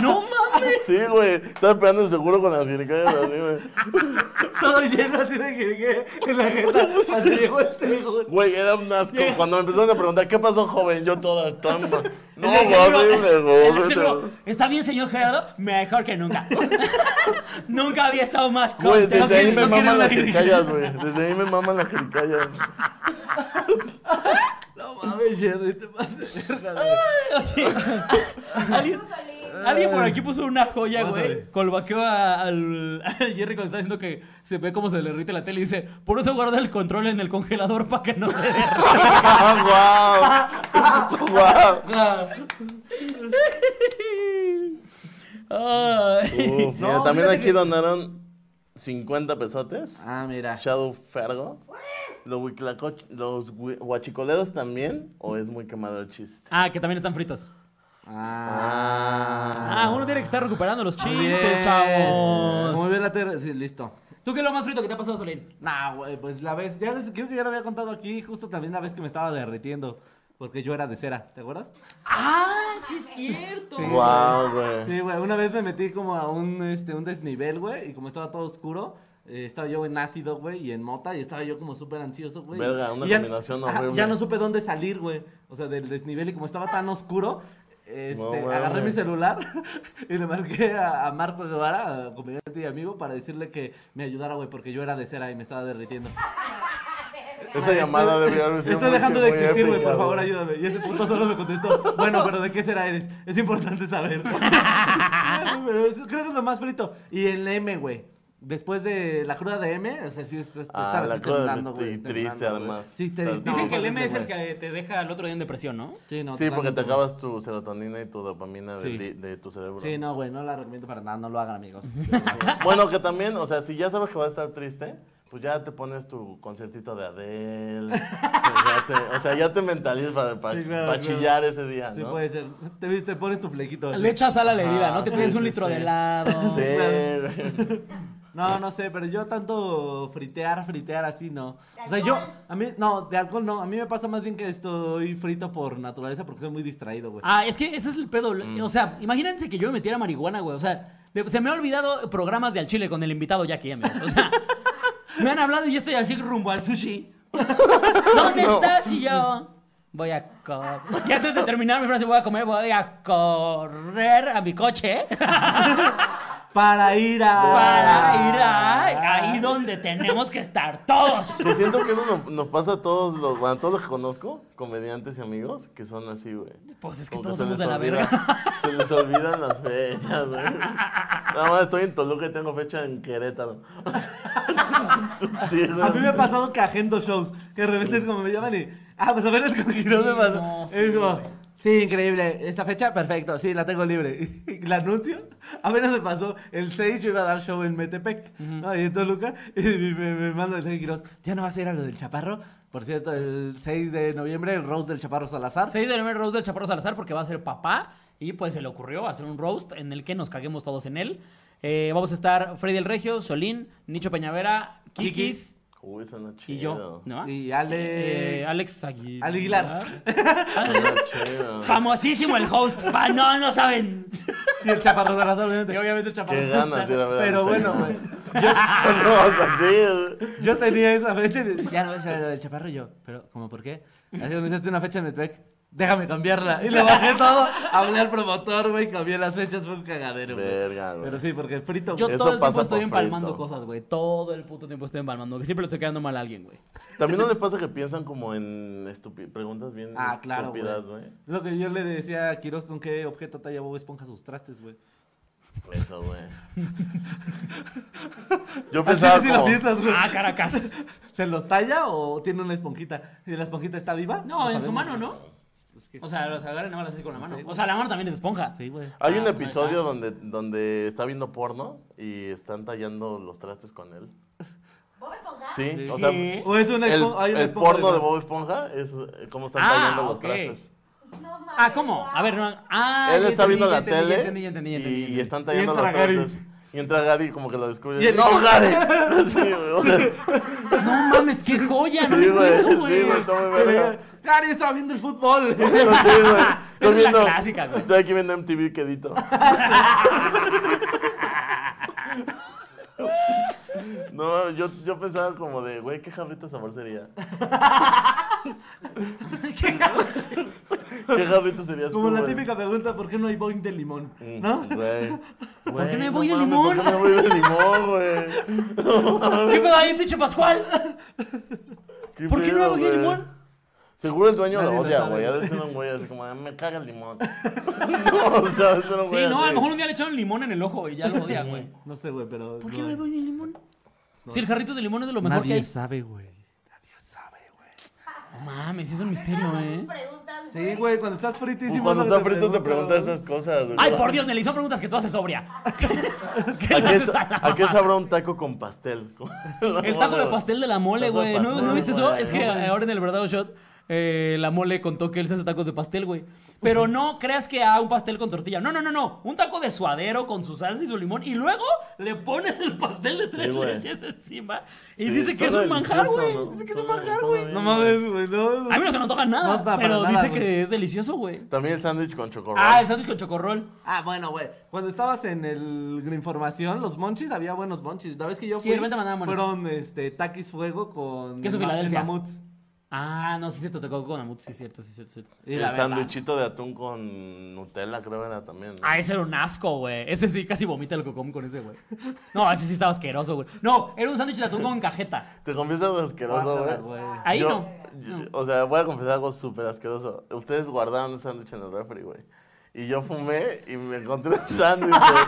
No mames.
Sí, güey. Estaba esperando el seguro con las jericayas así, güey.
Todo lleno así de que en la jeta. Cuando llegó el seguro.
Güey, era un asco. Cuando me empezaron a preguntar, ¿qué pasó, joven? Yo toda tan. No,
En el seguro-
horrible,
en el
güey.
seguro, ¿Está bien, señor Gerardo? Mejor que nunca. nunca había estado más
Güey,
contento.
desde ahí me
no quieren
maman
la
las
jericaya.
jericayas, güey. Desde ahí me maman las jericayas.
No mames, Jerry, te pasas de verga, güey.
¿Alguien, alguien por aquí puso una joya,
Otra
güey.
vez.
Colbaqueó a- al, al Jerry cuando está diciendo que se ve cómo se le derrite la tele y dice, por eso guarda el control en el congelador para que no se derrita.
¡Ah, wow! ¡Wow!
Ay.
Uf, mira,
No,
también
fíjate
aquí
que-
donaron 50 pesotes.
Ah, mira.
Shadow Fergo. Los, huiclacoch- los hui- huachicoleros también, o es muy quemado el chiste.
Ah, que también están fritos.
Ah.
Ah, uno tiene que estar recuperando los
Muy bien.
chistes, chavos.
Muy bien la tele. Sí, listo.
¿Tú qué es lo más frito que te ha pasado, Solín?
Nah, güey, pues la vez, ya les, creo que ya lo había contado aquí, justo también la vez que me estaba derritiendo, porque yo era de cera, ¿te acuerdas?
Ah, sí es cierto.
Wow, güey.
Sí, güey, una vez me metí como a un, este, un desnivel, güey, y como estaba todo oscuro, eh, estaba yo en ácido, güey, y en mota, y estaba yo como súper ansioso, güey.
Verga,
y
una
ya-
combinación
ajá,
horrible.
Ya no supe dónde salir, güey, o sea, del desnivel, y como estaba tan oscuro, este,
No mames.
agarré mi celular y le marqué a, a Marcos Guevara, a comediante y amigo, para decirle que me ayudara, güey, porque yo era de cera y me estaba derritiendo.
Esa llamada
Estoy-
debería haber sido
Ah, este Estoy
muy-
dejando de
muy
existir, güey,
épica,
por favor,
güey.
ayúdame. Y ese puto solo me contestó, bueno, pero ¿de qué será eres? Es importante saber. pero es- creo que es lo más frito. Y el M, güey. Después de la cruda de M, o sea, sí, es, es-
Ah,
estar
la
así
cruda de-
temblando,
y
güey,
triste,
temblando, güey.
además.
Sí, te-
Dicen
Dicen
No,
que el M
horrible,
es el
güey.
que te deja al otro día en depresión, ¿no?
Sí, no,
Sí, porque te
totalmente,
acabas tu serotonina y tu dopamina de,
Sí.
li- de tu cerebro.
güey. Sí, no, güey, no la recomiendo para nada, no lo hagan, amigos.
Bueno, que también, o sea, si ya sabes que vas a estar triste, pues ya te pones tu conciertito de Adele. pues ya te- o sea, ya te mentalizas para, para-
Sí, claro,
para
claro.
chillar ese día,
Sí,
¿no?
puede ser. Te, te pones tu flequito. así.
Le echas sal a la herida, ¿no? Te
sí,
pides un
sí,
litro de
sí.
helado.
Sí,
claro.
güey.
No, no sé, pero yo tanto fritear, fritear así no.
¿De
O sea, yo,
alcohol?
a mí, no, de alcohol no. A mí me pasa más bien que estoy frito por naturaleza porque soy muy distraído, güey.
Ah, es que ese es el pedo. O sea, imagínense que yo me metiera marihuana, güey. O sea, de- se me ha olvidado programas de Al Chile con el invitado Jackie, amigos. O sea, me han hablado y yo estoy así rumbo al sushi. ¿Dónde
No.
estás? Y yo voy a correr. Y antes de terminar mi frase, voy a comer, voy a correr a mi coche
Para ir a.
para ir a ahí donde tenemos que estar todos.
Que siento que eso nos, nos pasa a todos los, bueno, a todos los que conozco, comediantes y amigos, que son así, güey.
Pues es que
Como
todos
se
somos
les
de la
olvida-
verga.
Se les olvidan las fechas, güey. Nada más estoy en Toluca y tengo fecha en Querétaro. Sí, güey.
A mí me ha pasado que agendo shows. Que de repente es como me llaman y. Ah, pues a ver, es como que no me pasa.
no, sí,
es como.
güey.
Sí, increíble. Esta fecha, perfecto. Sí, la tengo libre. Y la anuncio. Apenas me pasó. El 6 yo iba a dar show en Metepec. ¿no? Ahí en Toluca. Y me, me, me manda el Quiroz. ¿Ya no vas a ir a lo del Chaparro? Por cierto, el 6 de noviembre, el Rose del Chaparro Salazar.
6 de noviembre, roast del Chaparro Salazar, porque va a ser papá. Y pues se le ocurrió hacer un roast en el que nos caguemos todos en él. Eh, vamos a estar Freddy el Regio, Solín, Nicho Peñavera, Kikis
Uy, suena chido.
y yo. ¿no?
Y Ale-
Eh, Alex Agui-
Aguilar.
Suena chido.
Famosísimo el host. Fa- no, no saben.
Y el Chaparro Salazar, obviamente.
Y obviamente el Chaparro
Qué ganas de ir a ver a
Pero
Alex
bueno,
Aguilar.
güey.
No, hasta así. güey.
Yo tenía esa fecha. y de- Ya no es lo del chaparro y yo. Pero, ¿cómo por qué? Así me hiciste una fecha en Metepec. Déjame cambiarla. Y le bajé todo. Hablé al promotor, güey. Cambié las fechas. Fue un cagadero, güey.
Verga, güey.
Pero sí, porque el frito.
Yo
Eso
todo el
pasa
tiempo
por
estoy empalmando
frito.
cosas, güey. Todo el puto tiempo estoy empalmando. Que siempre le estoy quedando mal a alguien, güey.
También no les pasa que piensan como en estupi- preguntas bien
Ah, claro, güey.
estúpidas, güey.
Lo que yo le decía a Quiroz, ¿con qué objeto talla Bob Esponja sus trastes, güey?
Pues, Eso, güey. Yo
Al chile
pensaba
sí la
como...
piensas, güey.
Ah, Caracas.
¿Se los talla o tiene una esponjita? ¿Y la esponjita está viva?
No, en su
sabemos.
mano, ¿no?
Es que-
O sea, los agarra y nada más las hace con la mano.
Sí.
O sea, la mano también es esponja.
Sí, güey.
Hay un
Ah, pues ahí
episodio
está.
donde, donde está viendo porno y están tallando los trastes con él.
¿Vos esponja?
Sí,
Sí.
o sea,
¿Qué?
O es una
el,
espon- hay una
el
esponja
porno de
debajo.
Bob Esponja es eh, cómo están
Ah,
tallando los
ok.
trastes.
No mames.
Ah, ¿cómo? A ver, no. Ah,
Él
ya
está
entendí,
viendo
ya
la
entendí, ya
tele
entendí, ya entendí, ya entendí, ya
y, y
entendí.
están tallando
entra
los
Gary.
trastes. Y entra Gary y como que lo descubre.
Y
Y
él-
¡No, Gary! sí, güey, o sea,
No mames, qué joya, no
Sí,
viste
güey,
eso,
sí,
güey.
güey, está muy
Pero,
verga.
Gary estaba viendo el fútbol.
Sí, güey. Estoy
es la
viendo-
clásica, güey.
Estoy aquí viendo MTV quedito. No, yo, yo pensaba como de, güey, ¿qué jarrita sabor sería? ¿Qué jarrita serías
Como
tú,
la
güey?
típica pregunta, ¿por qué no hay boing de limón?
Mm,
¿No?
Güey.
¿Por qué no hay
Güey,
boing
mames,
de limón?
¿Por qué no hay boing de limón, güey?
¿Qué pedo ahí, pinche Pascual? ¿Por qué no hay
pedo,
boing de
güey?
limón?
Seguro el dueño
Nadie
lo
lo
odia,
sabe.
güey. Ha de ser un güey así como, de, me caga el limón. no, o sea, es un
Sí,
güey
no, a
así.
lo mejor un día le echaron limón en el ojo y ya lo odia, güey.
No sé, güey, pero.
¿Por qué no hay boing de limón? Sí, el jarrito de limón es de lo mejor que
Nadie
hay.
sabe, güey. Nadie sabe, güey.
No mames, es un misterio, eh.
Preguntas,
Este Sí, güey, cuando estás fritísimo.
Cuando
es lo
está
que
frito te
pregunto,
preguntas esas cosas, güey.
Ay, por Dios, Nelly, son preguntas que tú haces sobria. ¿Qué
¿A
le
qué,
haces a la
a qué
mamá?
sabrá un taco con pastel?
El taco de pastel de la mole,
Taco de
güey. ¿No,
pastel,
¿No viste eso?
güey.
Es que ahora en el verdadero shot, eh, la mole contó que él se hace tacos de pastel, güey. Pero no creas que a un pastel con tortilla. No, no, no, no. Un taco de suadero con su salsa y su limón. Y luego le pones el pastel de tres
Sí, güey.
leches encima. Y
Sí,
dice que es
suena
un manjar,
delicioso,
güey.
¿no?
Dice que es un
Suena-
manjar,
suena
güey.
bien.
No mames, güey, no.
A mí no se me antoja nada.
No, para
pero
nada,
dice
güey.
que es delicioso, güey.
También el sándwich con chocorrol.
Ah, el sándwich con chocorrol.
Ah, bueno, güey. Cuando estabas en el Grinformación, los monchis, había buenos monchis. La vez que yo
Sí,
fui,
de repente mandaban monos.
fueron este, taquis fuego con
Queso
el ma- el
Filadelfia.
mamuts.
Ah, no, sí es cierto. Te coco con amut. Sí es cierto, sí es cierto. Sí, es cierto.
Y la
el
verdad,
sándwichito de atún con Nutella, creo era también. ¿no?
Ah, ese era un asco, güey. Ese sí, casi vomita el cocom con ese, güey. No, ese sí estaba asqueroso, güey. No, era un sándwich de atún con cajeta.
Te confieso algo asqueroso,
guácala,
güey.
güey.
Ahí
Yo-
no.
yo-
No.
O sea, voy a confesar algo súper asqueroso. Ustedes guardaban un sándwich en el refri, güey. Y yo fumé y me encontré un sándwich, güey.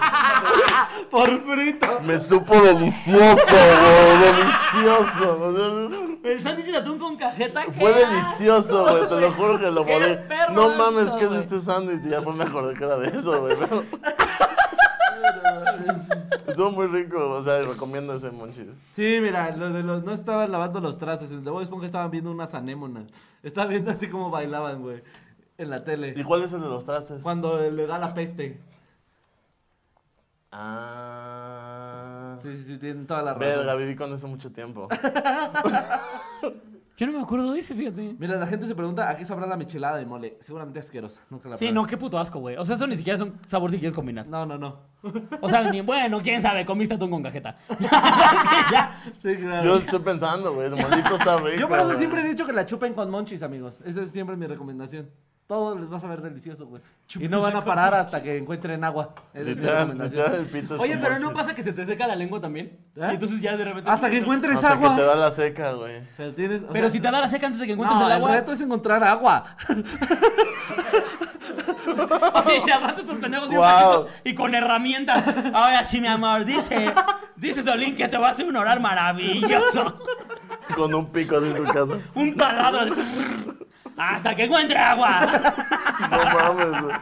Por frito.
Me supo delicioso, güey. Delicioso. O sea,
El sándwich de atún con cajeta. ¿qué
Fue
asco,
delicioso, güey. Te lo juro que lo
Qué
molé.
perro
No
asco,
mames, ¿qué es
güey.
este sándwich? Y ya pues me acordé que era de eso, güey. ¿no? Estuvo muy rico, o sea, recomiendo ese monchis.
Sí, mira, lo de los, no estaban lavando los trastes. En el de Bob Esponja estaban viendo unas anémonas. Estaban viendo así como bailaban, güey. En la
¿Y
tele.
cuál es el de los trastes?
Cuando le da la peste.
Ah.
Sí, sí, sí, tienen toda la razón.
Verga, viví con eso mucho tiempo.
Yo no me acuerdo de ese, fíjate.
Mira, la gente se pregunta a qué sabrá la michelada de mole. Seguramente asquerosa. Nunca la
Sí,
probé.
no, qué puto asco, güey. O sea, eso ni siquiera es un sabor si quieres combinar.
No, no, no.
O sea, ni, bueno, quién sabe, comiste atún con cajeta. Ya.
Sí, claro.
Yo estoy pensando, güey, el maldito está rico.
Yo por eso
güey.
siempre he dicho que la chupen con monchis, amigos. Esa es siempre mi recomendación. Todo les va a saber delicioso, güey. Y no van a parar hasta que encuentren agua. Esa es
Literal,
mi
literal, el
recomendación.
pito es
Oye,
tu
pero no
monchis.
pasa que se te seca la lengua también.
¿Eh?
Y entonces ya de repente.
Hasta que encuentres
Hasta que te
agua.
da la seca, güey.
Pero, tienes, o
Pero
sea,
si te da la seca antes de que encuentres
no,
el
el
agua.
reto es encontrar agua.
Oye, y al rato estos pendejos bien
Guau.
machitos y con herramientas. Ahora sí, mi amor, dice, dice Solín que te va a hacer un oral maravilloso.
Con un pico así en tu casa.
Un taladro así, hasta que encuentre agua.
No mames, güey.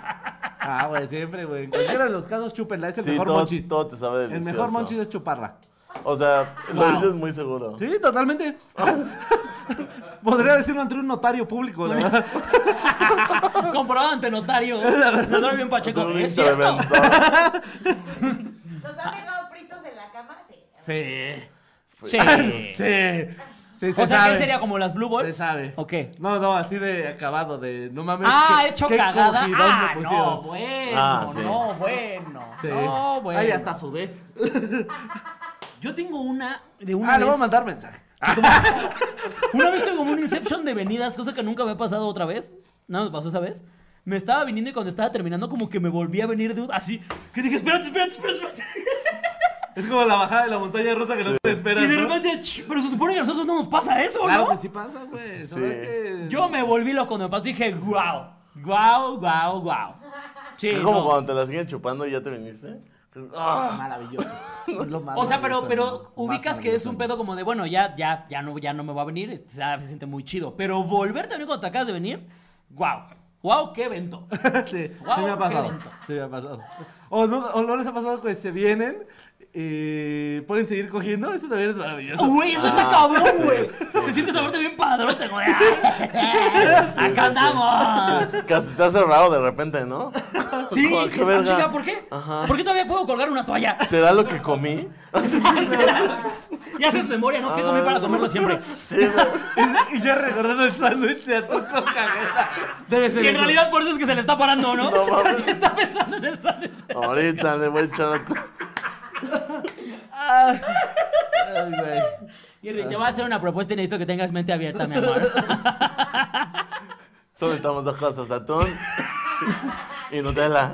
Ah, güey, siempre, güey. En cualquiera de los casos, chúpenla. Es el
Sí,
mejor
todo,
monchis.
todo te sabe
el
delicioso.
mejor monchis es chuparla.
O sea,
Wow.
lo dices muy seguro.
Sí, totalmente. Podría decirlo ante un notario público, la verdad.
Comprobado ante notario. Notario bien pacheco.
Un
¿Es cierto?
interventor.
¿Los
Ah.
han dejado fritos en la cama? Sí.
Sí.
Sí.
Sí. Sí, se
O sea, ¿qué
sabe.
sería como las Blue Balls?
Se sabe.
¿O qué?
No, no, así de acabado, de no mames.
Ah,
qué-
hecho
qué
cagada.
cogidón me
Ah, no,
pusieron.
bueno,
Ah, sí.
no, bueno.
Sí.
No, bueno.
Ahí hasta sudé.
Yo tengo una de una
Ah, le voy a
vez.
mandar mensaje.
Una vez tuve como un Inception de venidas, cosa que nunca me ha pasado otra vez. Nada me pasó esa vez. Me estaba viniendo y cuando estaba terminando, como que me volví a venir de así. Que dije, espérate, espérate, espérate. espérate".
Es como la bajada de la montaña rusa que no te esperas.
Y de
¿no?
repente, "Ch, pero se supone que a nosotros no nos pasa eso,
Claro que
¿no?
sí pasa, güey.
Sí.
solo que-
Yo me volví loco cuando me pasó. Dije, wow, wow, wow, wow. Sí,
Es
no.
como cuando te la siguen chupando y ya te viniste. Ah,
Maravilloso.
O sea, pero, pero ubicas que es un pedo como de, bueno, ya, ya, ya no, ya no me va a venir, este, ya se siente muy chido. Pero volver también cuando te acabas de venir, wow. Wow, qué evento.
Sí,
Guau,
se me ha
qué
pasado.
evento.
Se me ha pasado. O no, o no les ha pasado que se vienen, eh, pueden seguir cogiendo. Eso también es maravilloso.
Güey, eso está
Ah,
cabrón,
sí,
güey.
sí,
te
sí,
sientes
sí.
aparte bien padrote, güey.
sí, sí, sí.
Acá andamos.
Casi está cerrado de repente, ¿no?
Sí,
Como,
que- ah, chica, ¿por qué? ¿Por qué todavía puedo colgar una toalla?
¿Será lo que comí?
Ya haces memoria, ¿no? ¿Qué comí para comerlo siempre?
Sí, güey.
Y ya recordando el sándwich de atún con canela. Debe ser
Y en
eso.
realidad por eso es que se le está parando, ¿no?
No mames.
Porque está pensando en el sándwich.
Ahorita le voy a echar.
Ay, güey.
Jerry, te voy a hacer una propuesta y necesito que tengas mente abierta, mi amor.
Solo necesitamos dos cosas: atún y Nutella.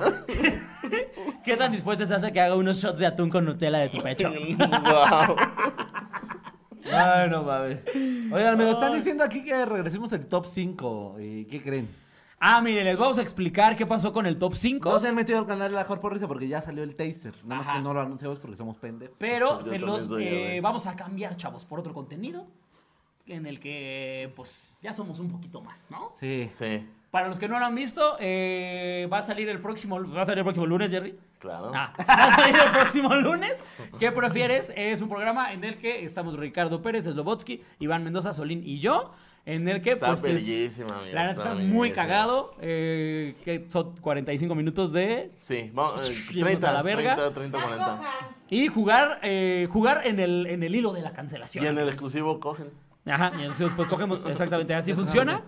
¿Qué tan dispuesta estás a que haga unos shots de atún con Nutella de tu pecho?
Guau.
Ay, no mames. Oigan, me lo están diciendo aquí que regresemos al top 5. ¿Y qué creen?
Ah, miren, les vamos a explicar qué pasó con el top 5.
No se han metido al canal de la Jorge Risa porque ya salió el taser. Nada más
Ajá.
que no lo anunciamos porque somos pendejos.
Pero
Yo
se
también
los
soy,
eh,
güey.
vamos a cambiar, chavos, por otro contenido en el que pues ya somos un poquito más, ¿no?
Sí.
Sí,
Para los que no lo han visto, eh, va a salir el próximo, va a salir el próximo lunes, Jerry.
claro.
Ah, va a salir el próximo lunes. ¿Qué prefieres? Es un programa en el que estamos Ricardo Pérez, Slobotsky, Iván Mendoza, Solín y yo. En el que
Está
pues es-
bellísima, amigo,
la verdad
está
está, muy
bellísima.
cagado. eh, que son 45 minutos de
Sí, vamos. eh,
Irnos
30,
a la verga.
30, 30,
No
40.
cojan.
y jugar eh, jugar en el en el hilo de la cancelación.
Y en el
amigos.
exclusivo cogen.
Ajá, y entonces pues cogemos exactamente así funciona.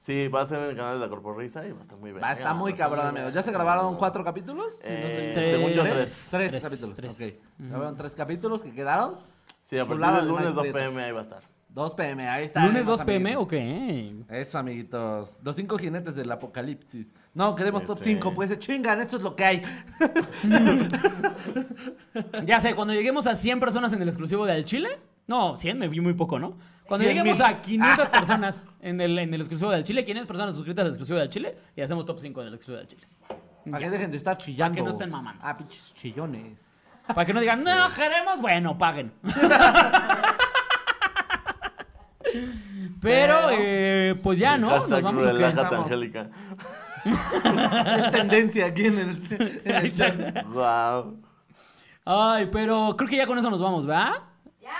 Sí, va a ser en el canal de la Corporrisa y va a estar muy bien.
Va, está muy cabrón, amigos. ¿Ya se grabaron cuatro capítulos? Si no
Eh,
se-
según yo,
¿Tres?
tres.
Tres,
Tres,
capítulos,
tres.
ok. Grabaron tres capítulos que quedaron.
Sí, a partir
Chulada
del
de
lunes
Maíz
2
Prieto.
pm ahí va a estar.
2 pm, ahí está.
Lunes
amigos,
2 pm,
amiguitos.
ok.
Eso, amiguitos. Los cinco jinetes del apocalipsis. No, queremos
Sí,
top
sí.
5, pues se chingan, esto es lo que hay.
Ya sé, cuando lleguemos a 100 personas en el exclusivo de Al Chile, no, 100 me vi muy poco, ¿no? Cuando
100
lleguemos
mil.
a 500 personas en el, en el exclusivo de Al Chile, 500 personas suscritas al exclusivo de Al Chile y hacemos top 5 en el exclusivo de Al Chile.
Para que
Ya.
dejen de estar chillando.
no estén mamando.
Ah, pinches chillones.
Para que no digan, no, queremos, bueno, paguen. Pero,
Pero-
eh, pues ya, ¿no? Nos
Hashtag
vamos a
relájate,
quedar.
Angélica.
Es tendencia aquí en el. en el chat.
Wow.
Ay, pero creo que ya con eso nos vamos, ¿verdad?
Ya.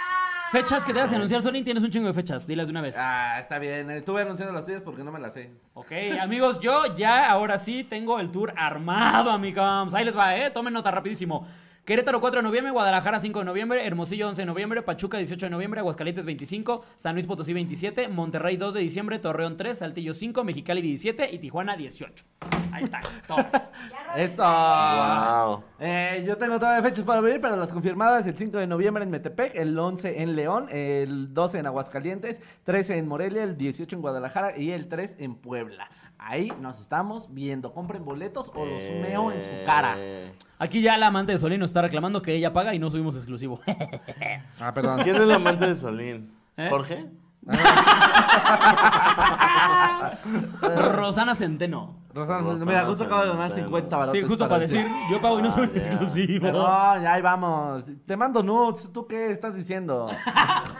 Fechas que te vas a anunciar, Solín, tienes un chingo de fechas, dilas de una vez.
Ah, está bien. Estuve anunciando las tuyas porque no me las sé.
Ok, amigos, yo ya ahora sí tengo el tour armado, amigos. Ahí les va, ¿eh? Tomen nota rapidísimo. Querétaro 4 de noviembre, Guadalajara 5 de noviembre, Hermosillo 11 de noviembre, Pachuca 18 de noviembre, Aguascalientes 25, San Luis Potosí 27, Monterrey 2 de diciembre, Torreón 3, Saltillo 5, Mexicali 17 y Tijuana 18. Ahí está, todas.
Ya revisé.
Eso.
Wow.
Eh, yo tengo todavía fechas para venir, pero las confirmadas el 5 de noviembre en Metepec, el 11 en León, el 12 en Aguascalientes, 13 en Morelia, el 18 en Guadalajara y el 3 en Puebla. Ahí nos estamos viendo. Compren boletos o los meo en su cara.
Eh,
Aquí ya la amante de Solín nos está reclamando que ella paga y no subimos exclusivo.
Ah, perdón.
¿Quién es la amante de Solín?
¿Eh?
¿Jorge?
Rosana Centeno.
Rosana,
Rosana
mira, justo acabo de donar
Centeno.
50 balotes
Sí, justo para
ti.
decir, yo pago y no
Ah,
subo en
ya.
exclusivo.
Pero ya ahí vamos. Te mando nudes. ¿Tú qué estás diciendo?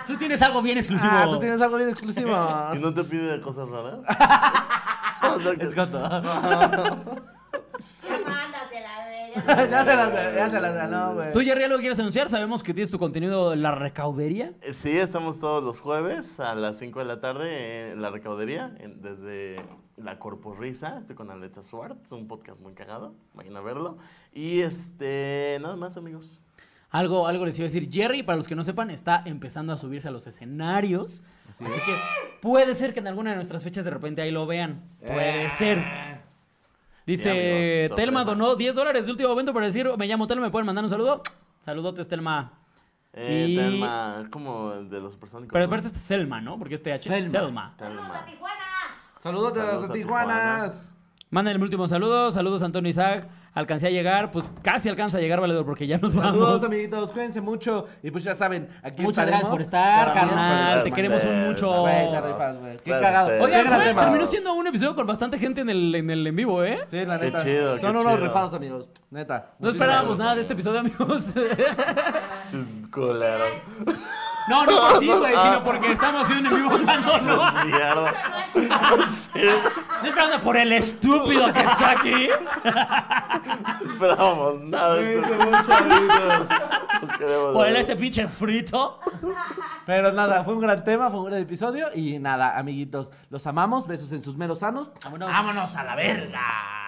Tú tienes algo bien exclusivo.
Ah, tú tienes algo bien exclusivo.
Ah.
¿Y no te pide cosas raras?
Es cuando.
Ya mándasela, güey.
ya se las, ya se las ganó, güey.
¿Tú, Jerry, algo quieres anunciar? Sabemos que tienes tu contenido en la recaudería.
Eh, Sí, estamos todos los jueves a las 5 de la tarde en la recaudería, en- desde la Corporrisa. Estoy con Alexa Suart, un podcast muy cagado, vayan a verlo. Y este, nada más, amigos.
Algo, algo les iba a decir. Jerry, para los que no sepan, está empezando a subirse a los escenarios. Así, que puede ser que en alguna de nuestras fechas de repente ahí lo vean. Puede
Eh.
ser. Dice
Sí, amigos,
Telma
sorpresa.
donó 10 dólares de último momento para decir, me llamo Telma, ¿me pueden mandar un saludo? Saludotes, Telma.
Eh,
Y-
Telma, como el de los supersónicos.
Pero
¿no?
aparte es Telma, ¿no? Porque es TH.
Thelma.
Telma.
Telma.
Vamos a Tijuana.
Saludos, a
Saludos
los
a
de Tijuanas.
Manden el último saludo. Saludos, Antonio Isaac. Alcancé a llegar. Pues casi alcanza a llegar, valedor, porque ya nos
Saludos,
vamos.
amiguitos, cuídense mucho. Y pues ya saben, aquí
Muchas gracias
estaremos.
por estar,
Para-
carnal. Te
Gracias,
queremos un
ustedes.
mucho.
Güey, te rifas, güey. Qué
Gracias
cagado.
a ustedes.
Qué
Oigan,
gran
fue-
tema.
terminó siendo un episodio con bastante gente en el en, el en vivo, ¿eh?
Sí, la
Qué
neta.
chido, qué
Son unos
chido.
rifados, amigos. Neta.
No
Muchísimas
esperábamos
gracias.
nada de este episodio, amigos.
Chis culeros.
No, no por ti, güey, sino porque estamos haciendo en vivo hablando, ¿no?
Mierda.
Estoy esperando por el estúpido que está aquí.
Esperábamos nada. de esto.
Cuídense mucho, amigos.
No queremos
Por el
saber.
este pinche frito.
Pero nada, fue un gran tema, fue un gran episodio. Y nada, amiguitos, los amamos. Besos en sus meros sanos. Ah,
Vámonos a la verga.